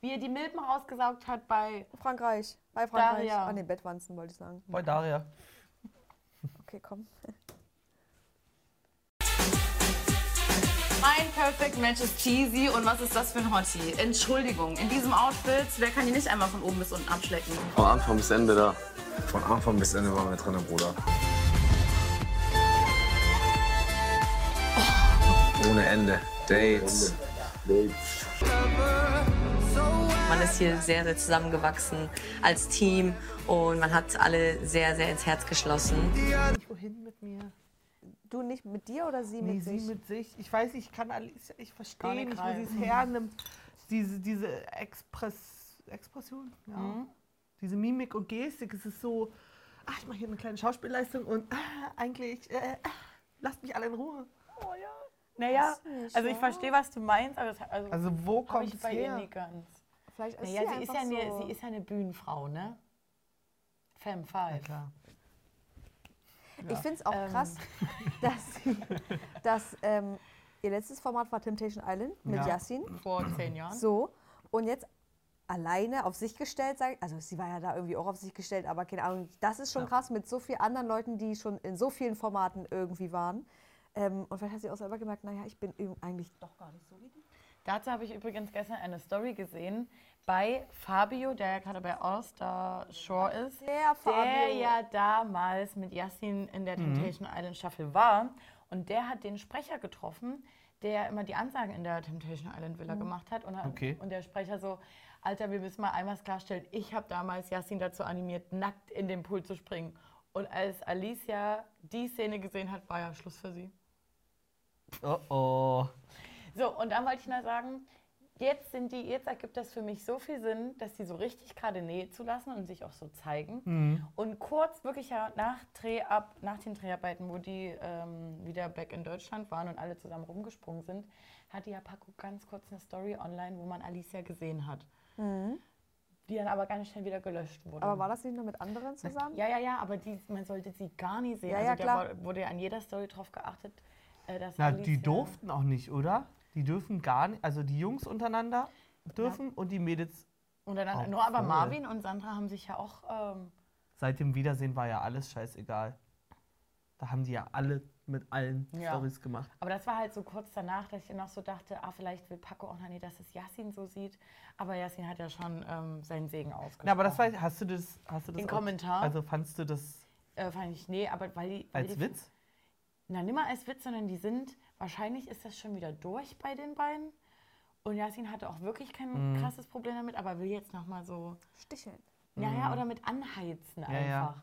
[SPEAKER 4] Wie ihr die Milben rausgesaugt hat bei
[SPEAKER 3] Frankreich. Bei Frankreich.
[SPEAKER 4] Daria.
[SPEAKER 3] An den Bettwanzen wollte ich sagen.
[SPEAKER 1] Bei Daria.
[SPEAKER 3] Okay, komm.
[SPEAKER 7] Mein Perfect Match ist cheesy und was ist das für ein Hottie? Entschuldigung, in diesem Outfit, wer kann hier nicht einmal von oben bis unten abschlecken?
[SPEAKER 16] Von Anfang bis Ende da.
[SPEAKER 6] Von Anfang bis Ende waren wir drin, Bruder. Ohne Ende. Dates. Dates.
[SPEAKER 5] Man ist hier sehr, sehr zusammengewachsen als Team und man hat alle sehr, sehr ins Herz geschlossen.
[SPEAKER 1] Wohin mit mir?
[SPEAKER 3] Du nicht mit dir oder sie
[SPEAKER 1] Nee,
[SPEAKER 3] mit
[SPEAKER 1] sie
[SPEAKER 3] sich?
[SPEAKER 1] mit sich. Ich weiß, ich kann Alicia, ich verstehe
[SPEAKER 3] Gar nicht
[SPEAKER 1] nicht, wo
[SPEAKER 3] rein.
[SPEAKER 1] sie es
[SPEAKER 3] Mhm.
[SPEAKER 1] hernimmt. Diese, diese Express, Expression, ja.
[SPEAKER 4] Mhm.
[SPEAKER 1] Diese Mimik und Gestik, es ist so, ach, ich mache hier eine kleine Schauspielleistung und ah, eigentlich, äh, ah, lasst mich alle in Ruhe.
[SPEAKER 4] Oh ja. Naja,
[SPEAKER 1] Weiß nicht,
[SPEAKER 4] also ich
[SPEAKER 1] ja.
[SPEAKER 4] verstehe, was du meinst, aber das, also,
[SPEAKER 1] Also wo
[SPEAKER 4] hab
[SPEAKER 1] kommt's
[SPEAKER 4] ich bei
[SPEAKER 1] her?
[SPEAKER 4] ihr nie ganz.
[SPEAKER 3] Vielleicht ist
[SPEAKER 4] naja,
[SPEAKER 3] sie
[SPEAKER 4] sie, ist ja
[SPEAKER 3] einfach
[SPEAKER 4] eine,
[SPEAKER 3] so.
[SPEAKER 4] sie ist ja eine Bühnenfrau, ne? Femme Five.
[SPEAKER 1] klar.
[SPEAKER 3] Ich finde es auch
[SPEAKER 4] Ähm, [LAUGHS]
[SPEAKER 3] krass, dass, sie, dass ähm, ihr letztes Format war Temptation Island mit
[SPEAKER 4] Ja. Mhm.
[SPEAKER 3] Yassin.
[SPEAKER 4] Vor zehn Jahren.
[SPEAKER 3] So. Und jetzt alleine auf sich gestellt, sag, also sie war ja da irgendwie auch auf sich gestellt, aber keine Ahnung, das ist schon
[SPEAKER 4] Ja.
[SPEAKER 3] krass mit so vielen anderen Leuten, die schon in so vielen Formaten irgendwie waren. Ähm, und vielleicht hat sie auch selber gemerkt, naja, ich bin eben eigentlich doch gar nicht so wie die.
[SPEAKER 4] Dazu habe ich übrigens gestern eine Story gesehen bei Fabio, der ja gerade bei All-Star Shore ist.
[SPEAKER 3] Der
[SPEAKER 4] Der
[SPEAKER 3] Fabio.
[SPEAKER 4] ja damals mit Yassin in der
[SPEAKER 1] Mhm.
[SPEAKER 4] Temptation Island Staffel war. Und der hat den Sprecher getroffen, der immer die Ansagen in der Temptation Island Villa
[SPEAKER 1] Mhm.
[SPEAKER 4] gemacht hat. Und, hat-
[SPEAKER 1] Okay.
[SPEAKER 4] und der Sprecher so, Alter, wir müssen mal einmal klarstellen, ich habe damals Yassin dazu animiert, nackt in den Pool zu springen. Und als Alicia die Szene gesehen hat, war ja Schluss für sie.
[SPEAKER 1] Oh oh.
[SPEAKER 4] So, und dann wollte ich noch sagen, jetzt sind die, jetzt ergibt das für mich so viel Sinn, dass die so richtig gerade Nähe zulassen und sich auch so zeigen.
[SPEAKER 1] Mhm.
[SPEAKER 4] Und kurz wirklich ja nach Drehab, nach den Dreharbeiten, wo die ähm, wieder back in Deutschland waren und alle zusammen rumgesprungen sind, hatte ja Paco ganz kurz eine Story online, wo man Alicia gesehen hat, die dann aber ganz schnell wieder gelöscht wurde.
[SPEAKER 3] Mhm. Aber war das nicht nur mit anderen zusammen?
[SPEAKER 4] Ja, ja, ja, aber die, man sollte sie gar nie sehen.
[SPEAKER 3] Ja,
[SPEAKER 4] also
[SPEAKER 3] ja,
[SPEAKER 4] da
[SPEAKER 3] klar.
[SPEAKER 4] war- wurde ja an jeder Story drauf geachtet, äh, dass
[SPEAKER 1] Na,
[SPEAKER 4] Alicia
[SPEAKER 1] die durften auch nicht, oder? Die dürfen gar nicht, also die Jungs untereinander dürfen und die Mädels.
[SPEAKER 4] Und dann,
[SPEAKER 1] Obwohl.
[SPEAKER 4] nur aber Marvin und Sandra haben sich ja auch. Ähm,
[SPEAKER 1] Seit dem Wiedersehen war ja alles scheißegal. Da haben die ja alle mit allen
[SPEAKER 4] Ja.
[SPEAKER 1] Stories gemacht.
[SPEAKER 4] aber das war halt so kurz danach, dass ich dann auch so dachte, ah, vielleicht will Paco auch noch nie, dass es Yassin so sieht. Aber Yassin hat ja schon ähm, seinen Segen ausgesprochen.
[SPEAKER 1] Na, aber das war, hast du das, hast du das
[SPEAKER 4] Den
[SPEAKER 1] auch-
[SPEAKER 4] Kommentar?
[SPEAKER 1] Also fandst du das
[SPEAKER 4] äh, fand ich, nee, aber weil die. Weil
[SPEAKER 1] als
[SPEAKER 4] die,
[SPEAKER 1] Witz?
[SPEAKER 4] Na, nimmer als Witz, sondern die sind, wahrscheinlich ist das schon wieder durch bei den beiden. Und Yassin hatte auch wirklich kein
[SPEAKER 1] Mhm.
[SPEAKER 4] krasses Problem damit, aber will jetzt nochmal so.
[SPEAKER 3] Sticheln.
[SPEAKER 4] Naja,
[SPEAKER 1] Mhm.
[SPEAKER 4] oder mit anheizen
[SPEAKER 1] Ja, ja.
[SPEAKER 4] einfach.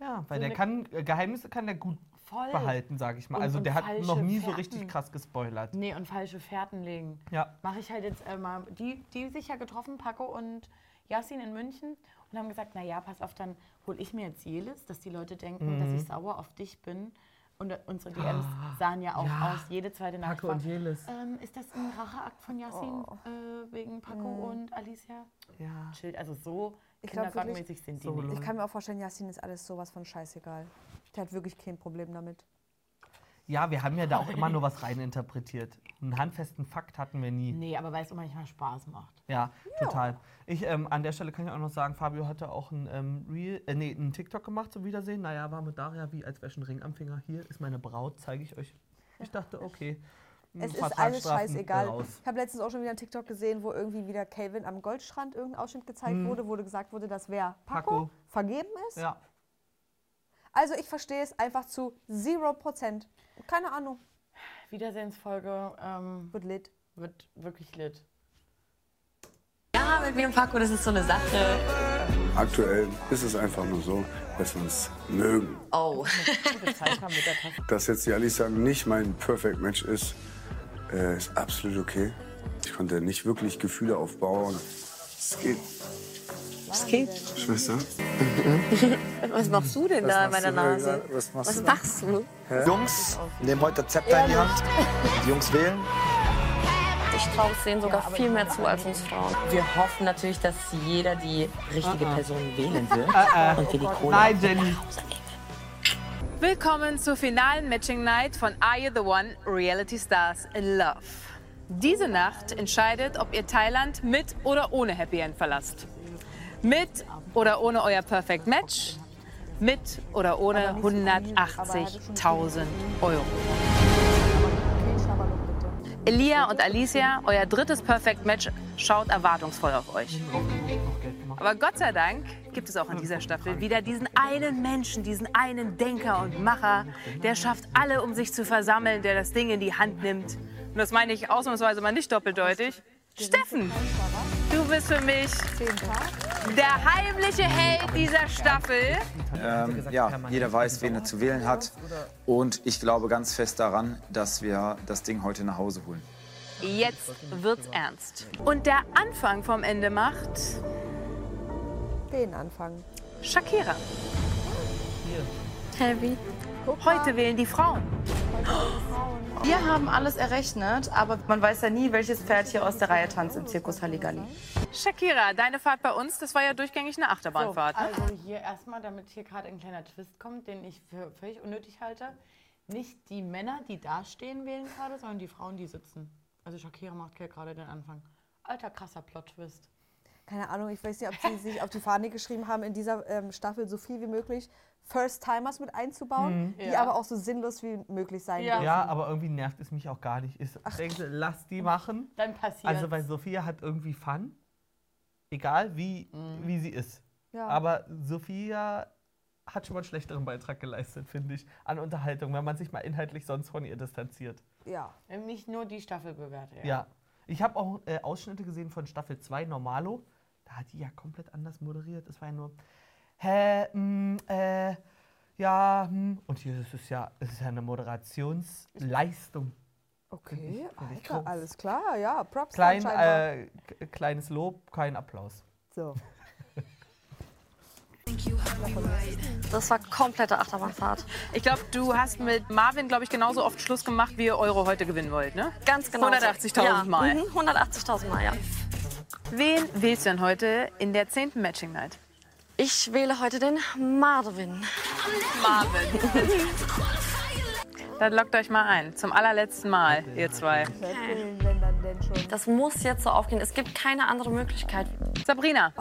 [SPEAKER 1] Ja, weil
[SPEAKER 4] so
[SPEAKER 1] der
[SPEAKER 4] eine-
[SPEAKER 1] kann, äh, Geheimnisse kann der gut
[SPEAKER 4] Voll.
[SPEAKER 1] behalten, sage ich mal.
[SPEAKER 4] Und-
[SPEAKER 1] Also
[SPEAKER 4] und
[SPEAKER 1] der hat noch
[SPEAKER 4] falsche
[SPEAKER 1] nie so
[SPEAKER 4] Fährten.
[SPEAKER 1] richtig krass gespoilert.
[SPEAKER 4] Nee, und falsche Fährten legen.
[SPEAKER 1] Ja.
[SPEAKER 4] Mache ich halt jetzt äh, mal die, die sich ja getroffen, Paco und Yassin in München und haben gesagt, naja, pass auf, dann hole ich mir jetzt Jelis, dass die Leute denken, dass
[SPEAKER 1] Mhm. Ah,
[SPEAKER 4] ich sauer auf dich bin. Und äh, unsere DMs sahen ja auch
[SPEAKER 1] Ja.
[SPEAKER 4] aus, jede zweite Nacht.
[SPEAKER 1] Paco
[SPEAKER 4] war,
[SPEAKER 1] und Jelis.
[SPEAKER 4] Ähm, ist das ein Racheakt von Yassin äh, wegen Paco und Alicia?
[SPEAKER 1] Ja.
[SPEAKER 4] Chill, also so
[SPEAKER 3] Ich glaube
[SPEAKER 4] kindergartenmäßig
[SPEAKER 3] wirklich,
[SPEAKER 4] sind die
[SPEAKER 3] ich
[SPEAKER 4] nicht.
[SPEAKER 3] kann mir auch vorstellen, Yasin ist alles sowas von scheißegal. Der hat wirklich kein Problem damit.
[SPEAKER 1] Ja, wir haben ja da auch immer nur was
[SPEAKER 4] [LAUGHS]
[SPEAKER 1] reininterpretiert. Einen handfesten Fakt hatten wir nie.
[SPEAKER 4] Nee, aber weil es manchmal Spaß macht.
[SPEAKER 1] Ja,
[SPEAKER 4] Ja.
[SPEAKER 1] total. Ich, ähm, an der Stelle kann ich auch noch sagen, Fabio hatte auch ein ähm, Reel, äh, nee, einen TikTok gemacht zum Wiedersehen. Naja, war mit Daria wie, als wäre schon ein Ring am Finger. Hier ist meine Braut, zeige ich euch. Ich dachte, okay. mh,
[SPEAKER 3] Es ist alles
[SPEAKER 1] Vertragsstrafen
[SPEAKER 3] scheißegal.
[SPEAKER 1] raus.
[SPEAKER 3] Ich habe letztens auch schon wieder einen TikTok gesehen, wo irgendwie wieder Calvin am Goldstrand irgendein Ausschnitt gezeigt
[SPEAKER 1] Hm.
[SPEAKER 3] wurde, wo gesagt wurde, dass wer Paco,
[SPEAKER 1] Paco.
[SPEAKER 3] vergeben ist.
[SPEAKER 1] Ja.
[SPEAKER 3] Also ich verstehe es einfach zu 0%. Keine Ahnung.
[SPEAKER 4] Wiedersehensfolge ähm,
[SPEAKER 3] wird lit.
[SPEAKER 4] Wird wirklich lit.
[SPEAKER 5] Ja, mit mir und Paco, das ist so eine Sache.
[SPEAKER 10] Aktuell ist es einfach nur so, dass wir uns mögen.
[SPEAKER 5] Oh.
[SPEAKER 10] Dass jetzt die Alicia nicht mein Perfect Match ist, äh, ist absolut okay. Ich konnte nicht wirklich Gefühle aufbauen. Es geht.
[SPEAKER 5] Es geht.
[SPEAKER 10] Schwester?
[SPEAKER 5] Was machst du denn
[SPEAKER 10] Was
[SPEAKER 5] da in
[SPEAKER 10] machst
[SPEAKER 5] meiner
[SPEAKER 10] du denn
[SPEAKER 5] Nase?
[SPEAKER 10] gerade? Was machst du
[SPEAKER 5] machst du?
[SPEAKER 6] Jungs, nehmt heute das Zepter in die Hand. Die Jungs wählen.
[SPEAKER 5] Ich traue es denen sogar viel mehr zu als uns Frauen.
[SPEAKER 16] Wir hoffen natürlich, dass jeder die richtige Person wählen wird.
[SPEAKER 1] Ah, ah.
[SPEAKER 16] Und wir die
[SPEAKER 1] Oh Gott.
[SPEAKER 16] Kohle
[SPEAKER 1] Nein,
[SPEAKER 16] auf den
[SPEAKER 1] Jenny.
[SPEAKER 16] Haus-
[SPEAKER 17] Willkommen zur finalen Matching Night von Are You the One Reality Stars in Love. Diese Nacht entscheidet, ob ihr Thailand mit oder ohne Happy End verlasst. Mit oder ohne euer Perfect Match. Mit oder ohne 180.000 Euro. Elia und Alicia, euer drittes Perfect Match schaut erwartungsvoll auf euch. Aber Gott sei Dank gibt es auch in dieser Staffel wieder diesen einen Menschen, diesen einen Denker und Macher, der schafft alle, um sich zu versammeln, der das Ding in die Hand nimmt. Und das meine ich ausnahmsweise mal nicht doppeldeutig. Steffen, du bist für mich der heimliche Held dieser Staffel.
[SPEAKER 6] Ähm, ja, jeder weiß, wen er zu wählen hat. Und ich glaube ganz fest daran, dass wir das Ding heute nach Hause holen.
[SPEAKER 17] Jetzt wird's ernst. Und der Anfang vom Ende macht
[SPEAKER 3] Den Anfang.
[SPEAKER 17] Shakira.
[SPEAKER 13] Heavy.
[SPEAKER 17] Heute wählen die Frauen.
[SPEAKER 7] Wir haben alles errechnet, aber man weiß ja nie, welches Pferd hier aus der Reihe tanzt im Zirkus Halligalli.
[SPEAKER 17] Shakira, deine Fahrt bei uns, das war ja durchgängig eine Achterbahnfahrt.
[SPEAKER 4] So,
[SPEAKER 17] ne?
[SPEAKER 4] also hier erstmal, damit hier gerade ein kleiner Twist kommt, den ich für völlig unnötig halte. Nicht die Männer, die da stehen, wählen gerade, sondern die Frauen, die sitzen. Also Shakira macht hier gerade den Anfang. Alter, krasser Plot-Twist.
[SPEAKER 3] Keine Ahnung, ich weiß nicht, ob
[SPEAKER 1] [LAUGHS]
[SPEAKER 3] sie sich auf die Fahne geschrieben haben, in dieser ähm, Staffel so viel wie möglich First-Timers mit einzubauen,
[SPEAKER 1] Mhm.
[SPEAKER 3] die
[SPEAKER 1] Ja.
[SPEAKER 3] aber auch so sinnlos wie möglich sein
[SPEAKER 1] Ja.
[SPEAKER 3] dürfen.
[SPEAKER 1] aber irgendwie nervt es mich auch gar nicht. Ich denke, lass die machen.
[SPEAKER 4] Dann passiert.
[SPEAKER 1] Also, weil Sophia hat irgendwie Fun. Egal wie, wie sie ist.
[SPEAKER 4] Ja.
[SPEAKER 1] Aber Sophia hat schon mal einen schlechteren Beitrag geleistet, finde ich, an Unterhaltung, wenn man sich mal inhaltlich sonst von ihr distanziert.
[SPEAKER 3] Ja.
[SPEAKER 4] Nicht nur die Staffel bewerte.
[SPEAKER 1] Ja. Ich habe auch äh, Ausschnitte gesehen von Staffel 2 Normalo. Da hat die ja komplett anders moderiert. Es war ja nur, hä, mm, äh, ja, hm. Und hier ist es ja, es ist ja eine Moderationsleistung.
[SPEAKER 3] Okay,
[SPEAKER 1] find ich
[SPEAKER 3] Alter,
[SPEAKER 1] krass.
[SPEAKER 3] alles klar, ja, Props dann
[SPEAKER 1] Klein,
[SPEAKER 3] scheinbar.
[SPEAKER 1] äh, k- kleines Lob, kein Applaus.
[SPEAKER 3] So.
[SPEAKER 5] Das war komplette Achterbahnfahrt.
[SPEAKER 17] Ich glaube, du hast mit Marvin, glaube ich, genauso oft Schluss gemacht, wie ihr Euro heute gewinnen wollt, ne?
[SPEAKER 5] Ganz genau. so.
[SPEAKER 17] 180.000
[SPEAKER 5] ja.
[SPEAKER 17] Mal.
[SPEAKER 5] Mhm, 180.000 Mal, ja.
[SPEAKER 17] Wen wählst du denn heute in der 10. Matching Night?
[SPEAKER 5] Ich wähle heute den Marvin.
[SPEAKER 17] Marvin. Dann lockt euch mal ein. Zum allerletzten Mal, ihr zwei.
[SPEAKER 5] Das muss jetzt so aufgehen. Es gibt keine andere Möglichkeit.
[SPEAKER 17] Sabrina.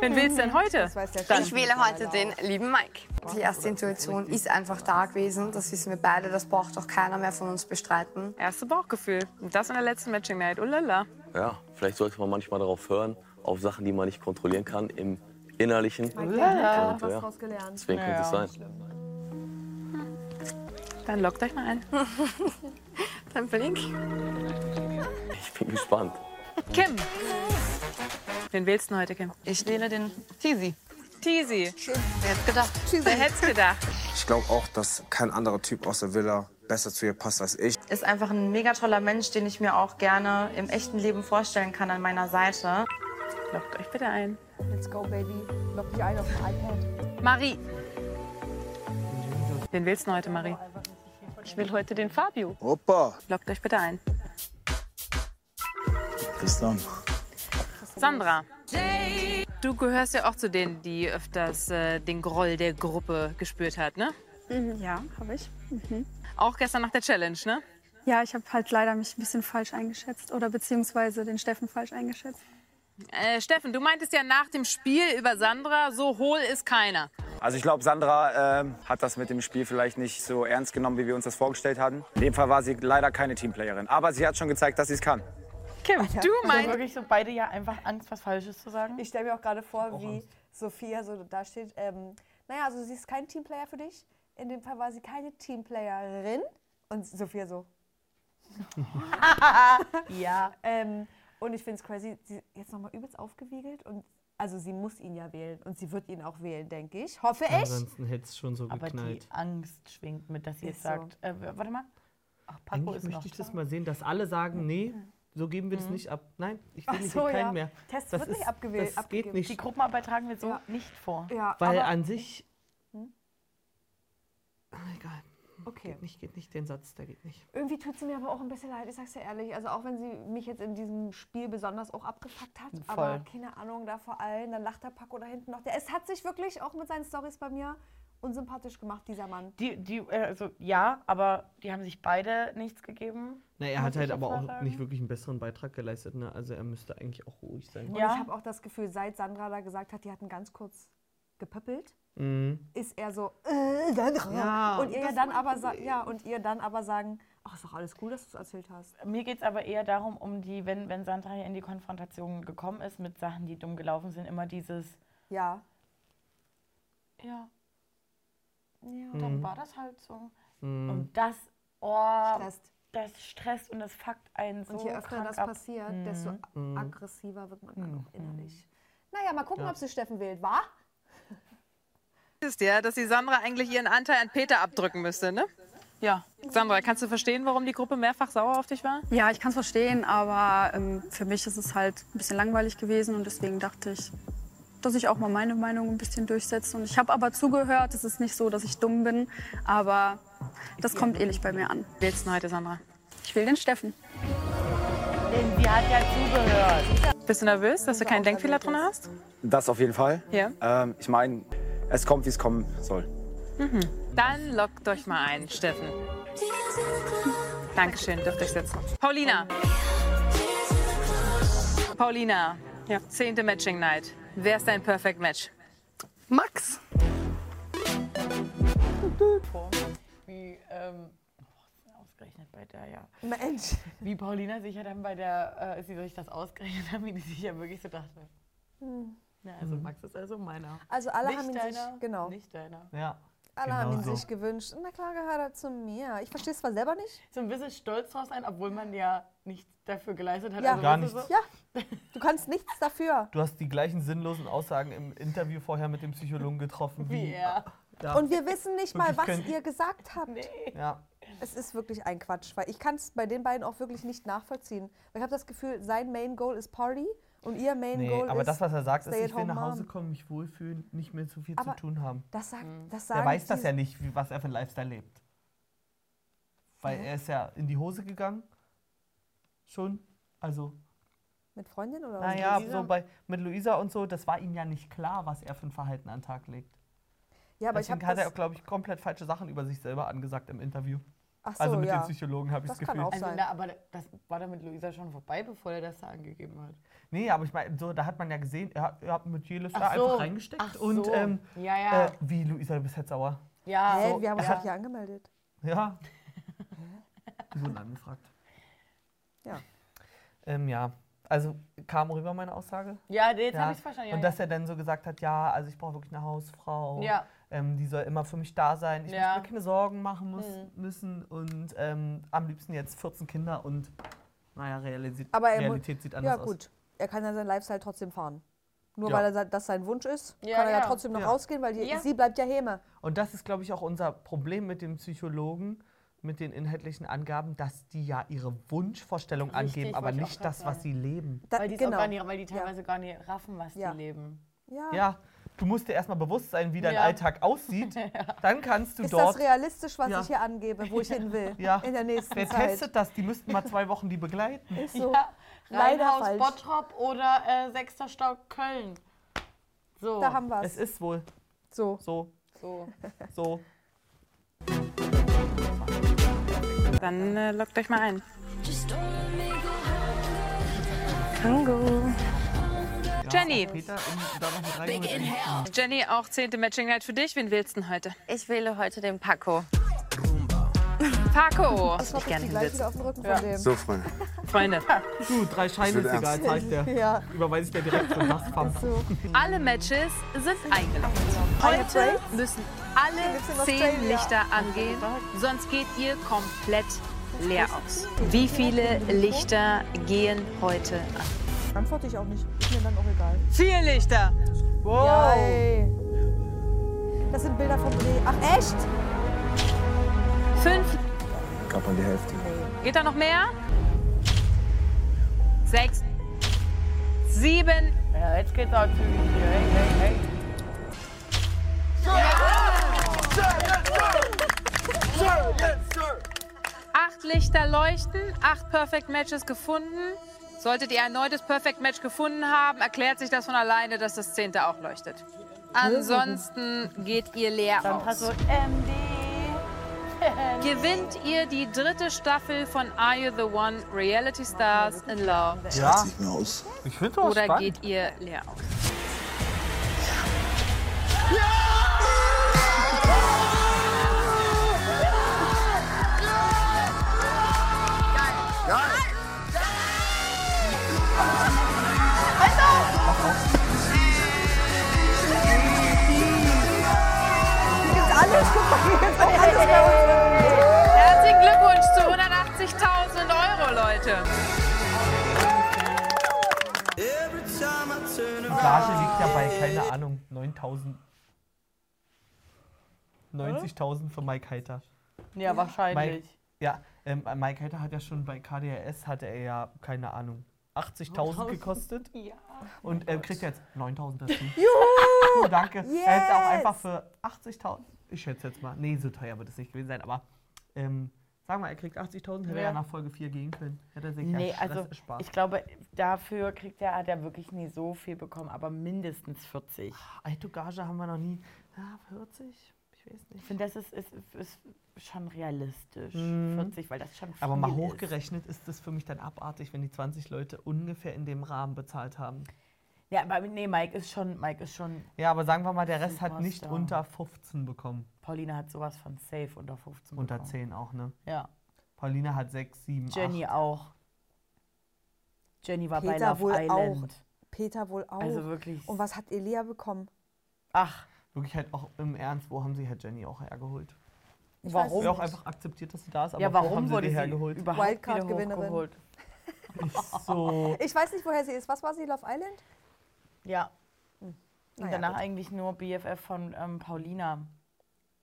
[SPEAKER 17] Wen willst du denn heute? Dann.
[SPEAKER 18] Ich wähle heute den lieben Mike. Die erste Intuition ist einfach da gewesen. Das wissen wir beide. Das braucht auch keiner mehr von uns bestreiten.
[SPEAKER 17] Erste Bauchgefühl. Und das in der letzten Matching Night. Ulala.
[SPEAKER 19] Ja, vielleicht sollte man manchmal darauf hören, auf Sachen, die man nicht kontrollieren kann, im Innerlichen. Und,
[SPEAKER 17] Ja.
[SPEAKER 19] ja, Deswegen könnte es sein.
[SPEAKER 17] Dann lockt euch mal ein. [LAUGHS] Dann blink.
[SPEAKER 19] Ich bin gespannt.
[SPEAKER 17] Kim. Wen wählst du denn heute, Kim? Ich wähle den Tizi. Tisi. Wer hätte gedacht? Wer hätte gedacht?
[SPEAKER 20] Ich glaube auch, dass kein anderer Typ aus der Villa besser zu ihr passt als ich.
[SPEAKER 7] Ist einfach ein mega toller Mensch, den ich mir auch gerne im echten Leben vorstellen kann an meiner Seite.
[SPEAKER 17] Lockt euch bitte ein.
[SPEAKER 3] Let's go, Baby. Lock dich ein auf dem iPad.
[SPEAKER 17] Marie. Wen willst du heute, Marie?
[SPEAKER 13] Ich will heute den Fabio.
[SPEAKER 11] Opa,
[SPEAKER 17] Lockt euch bitte ein.
[SPEAKER 11] Christian.
[SPEAKER 17] Sandra. Du gehörst ja auch zu denen, die öfters äh, den Groll der Gruppe gespürt hat, ne?
[SPEAKER 13] Mhm, ja, habe ich. Mhm.
[SPEAKER 17] Auch gestern nach der Challenge, ne?
[SPEAKER 13] Ja, ich habe halt leider mich ein bisschen falsch eingeschätzt oder beziehungsweise den Steffen falsch eingeschätzt.
[SPEAKER 17] Äh, Steffen, du meintest ja nach dem Spiel über Sandra, so hohl ist keiner.
[SPEAKER 20] Also ich glaube, Sandra ähm, hat das mit dem Spiel vielleicht nicht so ernst genommen, wie wir uns das vorgestellt hatten. In dem Fall war sie leider keine Teamplayerin. Aber sie hat schon gezeigt, dass sie es kann.
[SPEAKER 4] Kim,
[SPEAKER 3] du
[SPEAKER 4] meinst.
[SPEAKER 3] meinst-
[SPEAKER 4] wirklich so beide ja einfach Angst, was Falsches zu sagen.
[SPEAKER 3] Ich stelle mir auch gerade vor, wie Sophia so da steht. Ähm, naja, also sie ist kein Teamplayer für dich. In dem Fall war sie keine Teamplayerin. Und Sophia so.
[SPEAKER 4] ja.
[SPEAKER 3] Ähm, und ich finde es crazy, sie ist jetzt nochmal übelst aufgewiegelt. Und also sie muss ihn ja wählen. Und sie wird ihn auch wählen, denke ich. Hoffe ich.
[SPEAKER 1] Ansonsten hätte es schon so
[SPEAKER 4] Aber die
[SPEAKER 1] geknallt.
[SPEAKER 4] Angst schwingt mit, dass sie jetzt
[SPEAKER 3] Ist so.
[SPEAKER 4] sagt, äh, w- warte mal, Ach, Paco
[SPEAKER 1] Eigentlich
[SPEAKER 4] ist noch Mhm.
[SPEAKER 1] möchte ich das mal sehen, dass alle sagen, nee, so geben wir das nicht ab. Nein, ich will
[SPEAKER 4] Ach
[SPEAKER 1] nicht
[SPEAKER 4] so,
[SPEAKER 1] keinen
[SPEAKER 4] ja.
[SPEAKER 1] mehr.
[SPEAKER 4] Tests
[SPEAKER 1] das
[SPEAKER 4] wird nicht
[SPEAKER 1] ist,
[SPEAKER 4] abgewählt-
[SPEAKER 1] Das geht
[SPEAKER 4] abgegeben.
[SPEAKER 1] nicht.
[SPEAKER 4] Die Gruppenarbeit tragen wir so nicht vor.
[SPEAKER 3] Ja, Äh.
[SPEAKER 1] Weil
[SPEAKER 3] aber-
[SPEAKER 1] an sich.
[SPEAKER 3] Hm?
[SPEAKER 1] Ah, egal.
[SPEAKER 3] Okay.
[SPEAKER 1] Geht nicht, geht nicht, den Satz, der geht nicht.
[SPEAKER 3] Irgendwie tut sie mir aber auch ein bisschen leid, ich sag's dir ehrlich. Also auch wenn sie mich jetzt in diesem Spiel besonders auch abgefuckt hat, aber
[SPEAKER 1] Voll.
[SPEAKER 3] keine Ahnung, da vor allem, dann lacht der Paco da hinten noch. Der, es hat sich wirklich auch mit seinen Stories bei mir unsympathisch gemacht, dieser Mann.
[SPEAKER 4] Die, die, äh, also ja, aber die haben sich beide nichts gegeben.
[SPEAKER 1] Na, er
[SPEAKER 4] muss
[SPEAKER 1] hat
[SPEAKER 4] ich
[SPEAKER 1] halt
[SPEAKER 4] jetzt
[SPEAKER 1] aber
[SPEAKER 4] mal
[SPEAKER 1] auch
[SPEAKER 4] sagen.
[SPEAKER 1] nicht wirklich einen besseren Beitrag geleistet. Ne? Also er müsste eigentlich auch ruhig sein.
[SPEAKER 3] Und ich habe auch das Gefühl, seit Sandra da gesagt hat, die hatten ganz kurz gepöppelt,
[SPEAKER 1] Mhm.
[SPEAKER 3] ist er so, äh, Sandra.
[SPEAKER 1] Ja,
[SPEAKER 3] und ihr
[SPEAKER 4] das
[SPEAKER 3] ja
[SPEAKER 4] ist
[SPEAKER 3] dann
[SPEAKER 4] mein
[SPEAKER 3] aber sa-
[SPEAKER 4] Problem.
[SPEAKER 3] ja, und ihr dann aber sagen, ach, ist doch alles cool, dass du es erzählt hast.
[SPEAKER 4] Mir geht es aber eher darum, um die, wenn, wenn Sandra hier in die Konfrontation gekommen ist mit Sachen, die dumm gelaufen sind, immer dieses,
[SPEAKER 3] Ja.
[SPEAKER 4] ja,
[SPEAKER 3] Ja.
[SPEAKER 4] dann
[SPEAKER 1] Mhm.
[SPEAKER 4] war das halt so.
[SPEAKER 1] Mhm.
[SPEAKER 4] Und das, oh,
[SPEAKER 3] Stresst.
[SPEAKER 4] das stresst und das fuckt einen so
[SPEAKER 3] Und je öfter
[SPEAKER 4] krank
[SPEAKER 3] das
[SPEAKER 4] ab.
[SPEAKER 3] passiert,
[SPEAKER 4] Mhm.
[SPEAKER 3] desto a-
[SPEAKER 1] Mhm.
[SPEAKER 3] aggressiver wird man dann auch innerlich. Naja, mal gucken,
[SPEAKER 17] Ja.
[SPEAKER 3] ob sie Steffen wählt, wa?
[SPEAKER 17] Ist ja, dass die Sandra eigentlich ihren Anteil an Peter abdrücken müsste, ne? Ja. Sandra, kannst du verstehen, warum die Gruppe mehrfach sauer auf dich war?
[SPEAKER 13] Ja, ich kann es verstehen, aber ähm, für mich ist es halt ein bisschen langweilig gewesen und deswegen dachte ich, dass ich auch mal meine Meinung ein bisschen durchsetze. Und ich habe aber zugehört, es ist nicht so, dass ich dumm bin, aber das kommt eh nicht bei mir an.
[SPEAKER 17] Willst du heute, Sandra?
[SPEAKER 13] Ich will den Steffen.
[SPEAKER 4] Denn sie hat ja zugehört.
[SPEAKER 17] Bist du nervös, dass du keinen Denkfehler drin hast?
[SPEAKER 20] Das auf jeden Fall.
[SPEAKER 17] Ja.
[SPEAKER 20] Ähm, ich meine, es kommt, wie es kommen soll.
[SPEAKER 17] Mhm. Dann lockt euch mal ein, Steffen. Dankeschön, dürft euch setzen. Paulina. Paulina. Ja. Zehnte Matching Night. Wer ist dein Perfect Match?
[SPEAKER 13] Max.
[SPEAKER 4] Wie, ähm, oh, was ist denn ausgerechnet bei der, ja.
[SPEAKER 3] Mensch.
[SPEAKER 4] Wie Paulina sich ja dann bei der, äh, sie sich das ausgerechnet [LAUGHS] haben, wie die sich ja wirklich so dachte.
[SPEAKER 3] Hm.
[SPEAKER 4] Na, also
[SPEAKER 1] Mhm.
[SPEAKER 4] Max ist also meiner.
[SPEAKER 3] Also alle
[SPEAKER 4] nicht
[SPEAKER 3] haben ihn sich-
[SPEAKER 4] deiner,
[SPEAKER 3] genau.
[SPEAKER 4] Nicht deiner.
[SPEAKER 1] Ja.
[SPEAKER 3] Alle haben ihn
[SPEAKER 1] Genau
[SPEAKER 3] sich gewünscht. Na klar, gehört er zu mir. Ich verstehe es zwar selber nicht.
[SPEAKER 4] So ein bisschen stolz drauf sein, obwohl man ja nichts dafür geleistet hat.
[SPEAKER 3] Ja.
[SPEAKER 4] Also,
[SPEAKER 1] Gar
[SPEAKER 4] weißt du
[SPEAKER 1] nichts.
[SPEAKER 3] Ja, du kannst nichts dafür.
[SPEAKER 1] Du hast die gleichen sinnlosen Aussagen im Interview vorher mit dem Psychologen getroffen.
[SPEAKER 4] Wie er.
[SPEAKER 1] Ja.
[SPEAKER 3] Und wir wissen nicht mal,
[SPEAKER 1] Wirklich
[SPEAKER 3] was
[SPEAKER 1] können-
[SPEAKER 3] ihr gesagt habt.
[SPEAKER 1] Ja.
[SPEAKER 3] Es ist wirklich ein Quatsch, weil ich kann es bei den beiden auch wirklich nicht nachvollziehen. Weil ich habe das Gefühl, sein Main Goal ist Party und ihr Main
[SPEAKER 1] Nee,
[SPEAKER 3] Goal
[SPEAKER 1] aber
[SPEAKER 3] ist
[SPEAKER 1] das, was er sagt, ist, ich will
[SPEAKER 3] Stay-at-home
[SPEAKER 1] nach Hause
[SPEAKER 3] Mom.
[SPEAKER 1] kommen, mich wohlfühlen, nicht mehr zu viel
[SPEAKER 3] Aber
[SPEAKER 1] zu tun haben.
[SPEAKER 3] Das sagt,
[SPEAKER 4] Mhm.
[SPEAKER 3] das sagen
[SPEAKER 1] Er weiß das
[SPEAKER 3] diese-
[SPEAKER 1] ja nicht, wie, was er für einen Lifestyle lebt. Weil er ist ja in die Hose gegangen. Schon. Also,
[SPEAKER 3] Mit Freundin oder was?
[SPEAKER 1] naja, so bei, mit Luisa und so, das war ihm ja nicht klar, was er für ein Verhalten an den Tag legt.
[SPEAKER 3] Ja, aber ich
[SPEAKER 1] Deswegen
[SPEAKER 3] habe
[SPEAKER 1] hat
[SPEAKER 3] das.
[SPEAKER 1] er, glaube ich, komplett falsche Sachen über sich selber angesagt im Interview.
[SPEAKER 3] Ach so,
[SPEAKER 1] also mit
[SPEAKER 3] ja.
[SPEAKER 1] dem Psychologen habe ich das
[SPEAKER 3] Das kann
[SPEAKER 1] Gefühl.
[SPEAKER 3] auch
[SPEAKER 4] Also,
[SPEAKER 3] sein.
[SPEAKER 4] na, aber das war dann mit Luisa schon vorbei, bevor er das da angegeben hat.
[SPEAKER 1] Nee, aber ich meine, so, da hat man ja gesehen, er hat, er hat mit Jelis
[SPEAKER 4] Ach
[SPEAKER 1] da
[SPEAKER 4] so.
[SPEAKER 1] einfach reingesteckt.
[SPEAKER 4] Ach
[SPEAKER 1] Und
[SPEAKER 4] so.
[SPEAKER 1] ähm,
[SPEAKER 4] Ja, ja.
[SPEAKER 1] Äh, wie, Luisa, du bist jetzt sauer.
[SPEAKER 4] Ja.
[SPEAKER 3] Hä,
[SPEAKER 4] so,
[SPEAKER 3] wir haben uns
[SPEAKER 4] ja.
[SPEAKER 3] doch hier angemeldet.
[SPEAKER 4] [LAUGHS]
[SPEAKER 1] Ja. Wir wurden angefragt.
[SPEAKER 3] Ja.
[SPEAKER 1] Ähm, ja. Also kam rüber meine Aussage?
[SPEAKER 4] Ja, nee, jetzt hab ich's verstanden, ja,
[SPEAKER 1] Und
[SPEAKER 4] ja.
[SPEAKER 1] dass er dann so gesagt hat, ja, also ich brauche wirklich eine Hausfrau.
[SPEAKER 4] Ja.
[SPEAKER 1] Ähm, die soll immer für mich da sein. Ich
[SPEAKER 4] Ja. Hm.
[SPEAKER 1] muss mir keine Sorgen machen muss, müssen. Und ähm, am liebsten jetzt 14 Kinder und naja, Realität,
[SPEAKER 3] Aber er mu-
[SPEAKER 1] Realität sieht anders
[SPEAKER 3] ja,
[SPEAKER 1] aus.
[SPEAKER 3] gut. Er kann ja seinen Lifestyle trotzdem fahren. Nur
[SPEAKER 1] Ja.
[SPEAKER 3] weil er, sa- das sein Wunsch ist,
[SPEAKER 1] Ja,
[SPEAKER 3] kann er ja,
[SPEAKER 1] ja.
[SPEAKER 3] trotzdem noch
[SPEAKER 1] Ja.
[SPEAKER 3] rausgehen, weil die,
[SPEAKER 1] Ja.
[SPEAKER 3] sie bleibt ja Häme.
[SPEAKER 1] Und das ist, glaube ich, auch unser Problem mit dem Psychologen, mit den inhaltlichen Angaben, dass die ja ihre Wunschvorstellung
[SPEAKER 4] Richtig,
[SPEAKER 1] angeben, aber
[SPEAKER 4] wollte ich auch
[SPEAKER 1] nicht
[SPEAKER 4] grad
[SPEAKER 1] das, was sie
[SPEAKER 4] sagen.
[SPEAKER 1] leben.
[SPEAKER 4] weil, die es auch gar nicht, weil die teilweise gar nicht raffen, was die leben.
[SPEAKER 3] genau. Ja.
[SPEAKER 1] ja, du musst dir erstmal bewusst sein, wie dein
[SPEAKER 4] [LAUGHS] Ja.
[SPEAKER 1] Alltag aussieht. Dann kannst du
[SPEAKER 3] Ist
[SPEAKER 1] dort.
[SPEAKER 3] das realistisch, was
[SPEAKER 1] Ja.
[SPEAKER 3] ich hier angebe, wo ich hin will?
[SPEAKER 1] [LAUGHS] Ja.
[SPEAKER 3] In der nächsten
[SPEAKER 1] Wer
[SPEAKER 3] Zeit.
[SPEAKER 1] testet das? Die müssten mal zwei Wochen die begleiten.
[SPEAKER 3] Ist so.
[SPEAKER 4] Ja,
[SPEAKER 3] Leider
[SPEAKER 4] Leider
[SPEAKER 3] falsch.
[SPEAKER 4] Bottrop oder äh, sechster Stock Köln. So.
[SPEAKER 3] Da haben wir's.
[SPEAKER 1] Es ist wohl.
[SPEAKER 3] So.
[SPEAKER 1] So.
[SPEAKER 4] So.
[SPEAKER 1] So.
[SPEAKER 7] Dann äh, lockt euch mal ein. Tango. Jenny.
[SPEAKER 1] um
[SPEAKER 7] Jenny, auch zehnte Matching Night für dich. Wen wählst du denn heute? Ich wähle heute den Paco. Paco.
[SPEAKER 3] Ich hoffe, ich bin gleich wieder auf dem Rücken von dem.
[SPEAKER 10] So, Freunde.
[SPEAKER 7] Freunde.
[SPEAKER 1] Du, drei Scheine
[SPEAKER 10] wird
[SPEAKER 1] ist egal,
[SPEAKER 10] ernst.
[SPEAKER 1] zeigt der.
[SPEAKER 3] Ja.
[SPEAKER 1] Überweise ich dir direkt zum Nachtpump.
[SPEAKER 17] Alle Matches sind eingeloggt. Heute müssen alle zehn Lichter angehen, sonst geht ihr komplett leer aus. Wie viele Lichter gehen heute an?
[SPEAKER 3] Antworte ich auch nicht. Ist mir dann auch egal.
[SPEAKER 17] Vier Lichter!
[SPEAKER 1] Wow!
[SPEAKER 3] Ja, ey. Das sind Bilder vom Dreh. Ach, echt?
[SPEAKER 17] Fünf.
[SPEAKER 10] Gab man die Hälfte.
[SPEAKER 17] Geht da noch mehr? Sechs. Sieben.
[SPEAKER 4] Ja, jetzt geht's auch zügig hier. Hey, hey, hey.
[SPEAKER 17] Acht Lichter leuchten, acht Perfect Matches gefunden. Solltet ihr ein neues Perfect Match gefunden haben, erklärt sich das von alleine, dass das zehnte auch leuchtet. Ansonsten geht ihr leer
[SPEAKER 4] Dann
[SPEAKER 17] aus.
[SPEAKER 4] Passwort MD.
[SPEAKER 17] Gewinnt ihr die dritte Staffel von Are You the One? Reality Stars in Love.
[SPEAKER 1] nicht mehr aus. Ich finde das
[SPEAKER 17] Oder
[SPEAKER 1] spannend.
[SPEAKER 17] geht ihr leer aus? Herzlichen Glückwunsch zu 180.000 Euro, Leute.
[SPEAKER 1] Die Gage liegt ja bei, keine Ahnung, 9000. 90.000 für Mike Heiter.
[SPEAKER 4] Ja, wahrscheinlich.
[SPEAKER 1] Mike, ja, ähm, Mike Heiter hat ja schon bei KDRS, hatte er ja, keine Ahnung, 80.000 gekostet.
[SPEAKER 4] Ja.
[SPEAKER 1] Und ähm, kriegt jetzt 9000 dazu.
[SPEAKER 4] [LAUGHS] Juhu!
[SPEAKER 1] Danke. Er hätte auch einfach
[SPEAKER 4] Yes!
[SPEAKER 1] für 80.000, ich schätze jetzt mal, nee, so teuer wird es nicht gewesen sein, aber ähm, sagen wir, er kriegt 80.000, hätte er
[SPEAKER 4] Ja.
[SPEAKER 1] ja nach Folge 4 gehen können. Hätte er sich
[SPEAKER 4] Nee,
[SPEAKER 1] ja Stress
[SPEAKER 4] also
[SPEAKER 1] erspart.
[SPEAKER 4] ich glaube, dafür kriegt er, hat er wirklich nie so viel bekommen, aber mindestens 40.
[SPEAKER 1] Alte Gage haben wir noch nie. Ja, 40? Ich weiß nicht.
[SPEAKER 4] Ich finde, das ist, ist, ist schon realistisch.
[SPEAKER 1] Mhm.
[SPEAKER 4] 40, weil das schon viel
[SPEAKER 1] Aber mal
[SPEAKER 4] ist.
[SPEAKER 1] hochgerechnet ist das für mich dann abartig, wenn die 20 Leute ungefähr in dem Rahmen bezahlt haben.
[SPEAKER 4] Ja, aber nee, Mike ist schon, Mike ist schon.
[SPEAKER 1] Ja, aber sagen wir mal, der Rest hat nicht
[SPEAKER 4] Superstar.
[SPEAKER 1] unter 15 bekommen.
[SPEAKER 4] Paulina hat sowas von safe unter 15.
[SPEAKER 1] Unter
[SPEAKER 4] bekommen.
[SPEAKER 1] 10 auch, ne?
[SPEAKER 4] Ja.
[SPEAKER 1] Paulina hat 6, 7, 8.
[SPEAKER 4] Jenny auch. Jenny war bei
[SPEAKER 3] Peter
[SPEAKER 4] Love
[SPEAKER 3] wohl
[SPEAKER 4] Island.
[SPEAKER 3] auch. Peter wohl auch.
[SPEAKER 4] Also wirklich.
[SPEAKER 3] Und was hat Elia bekommen?
[SPEAKER 4] Ach.
[SPEAKER 1] Wirklich halt auch im Ernst, wo haben sie Herr Jenny auch hergeholt?
[SPEAKER 4] Ich weiß
[SPEAKER 3] Oh.
[SPEAKER 4] Warum?
[SPEAKER 1] Ja, auch einfach akzeptiert, dass sie da ist, aber
[SPEAKER 4] Ja,
[SPEAKER 1] wo
[SPEAKER 4] warum
[SPEAKER 1] haben
[SPEAKER 4] wurde
[SPEAKER 1] sie
[SPEAKER 4] sie
[SPEAKER 1] die hergeholt?
[SPEAKER 4] überhaupt Wildcard wieder
[SPEAKER 3] Gewinnerin.
[SPEAKER 4] hochgeholt?
[SPEAKER 1] So.
[SPEAKER 3] [LAUGHS] Ich weiß nicht, woher sie ist. Was war sie? Love Island?
[SPEAKER 4] Ja.
[SPEAKER 3] Naja,
[SPEAKER 4] Und danach
[SPEAKER 3] gut.
[SPEAKER 4] eigentlich nur BFF von ähm, Paulina.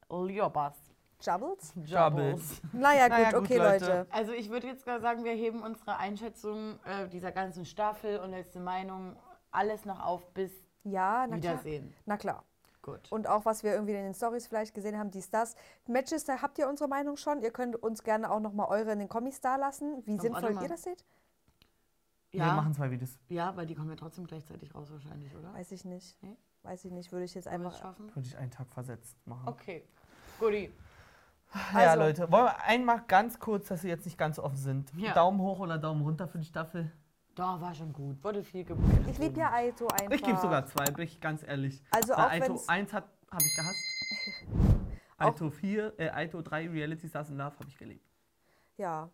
[SPEAKER 4] Liobas.
[SPEAKER 3] Jubbles?
[SPEAKER 1] Jubbles.
[SPEAKER 3] Naja, gut, okay, Leute.
[SPEAKER 4] Also ich würde jetzt gerade sagen, wir heben unsere Einschätzung äh, dieser ganzen Staffel und letzte Meinung alles noch auf bis
[SPEAKER 3] Ja, na
[SPEAKER 4] Wiedersehen.
[SPEAKER 3] klar. Na klar.
[SPEAKER 4] Gut.
[SPEAKER 3] Und auch, was wir irgendwie in den Stories vielleicht gesehen haben, dies, das. Matches, da habt ihr unsere Meinung schon. Ihr könnt uns gerne auch nochmal eure in den Kommis da lassen, wie
[SPEAKER 4] Oh, warte
[SPEAKER 3] sinnvoll
[SPEAKER 4] mal.
[SPEAKER 3] ihr das seht.
[SPEAKER 1] Wir machen zwei Videos.
[SPEAKER 4] Ja, weil die kommen ja trotzdem gleichzeitig raus wahrscheinlich, oder?
[SPEAKER 3] Weiß ich nicht. Weiß ich nicht, würde ich jetzt
[SPEAKER 4] wir
[SPEAKER 3] einfach.
[SPEAKER 4] es schaffen?
[SPEAKER 1] Könnte ich einen Tag versetzt machen.
[SPEAKER 4] Okay. Guti.
[SPEAKER 1] ja,
[SPEAKER 4] Also-
[SPEAKER 1] Leute, wollen wir einmal ganz kurz, dass wir jetzt nicht ganz offen sind.
[SPEAKER 4] Ja.
[SPEAKER 1] Daumen hoch oder Daumen runter für die Staffel?
[SPEAKER 4] Da war schon gut. Wurde viel gebucht.
[SPEAKER 3] Ich liebe ja Aito einfach.
[SPEAKER 1] Ich gebe sogar zwei, bin ich ganz ehrlich.
[SPEAKER 3] Also
[SPEAKER 1] Weil
[SPEAKER 3] auch
[SPEAKER 1] Aito
[SPEAKER 3] wenn's-
[SPEAKER 1] 1 habe ich gehasst. [LAUGHS] Aito 4, äh, Aito 3, Reality Stars in Love habe ich geliebt.
[SPEAKER 3] Ja.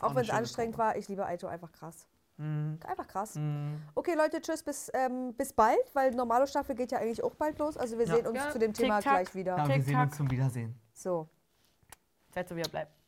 [SPEAKER 1] auch
[SPEAKER 3] Auch
[SPEAKER 1] eine
[SPEAKER 3] wenn es
[SPEAKER 1] schöne
[SPEAKER 3] anstrengend war, ich liebe Aito einfach krass.
[SPEAKER 1] Mhm.
[SPEAKER 3] Einfach krass.
[SPEAKER 1] Mhm.
[SPEAKER 3] Okay, Leute, tschüss, bis, ähm, bis bald, weil normale Staffel geht ja eigentlich auch bald los. Also wir
[SPEAKER 1] Ja.
[SPEAKER 3] sehen uns
[SPEAKER 4] Ja,
[SPEAKER 3] zu dem Thema
[SPEAKER 4] tick-tack.
[SPEAKER 3] gleich wieder.
[SPEAKER 1] Ja, wir sehen uns zum Wiedersehen.
[SPEAKER 3] So.
[SPEAKER 4] Seid so, wie ihr bleibt.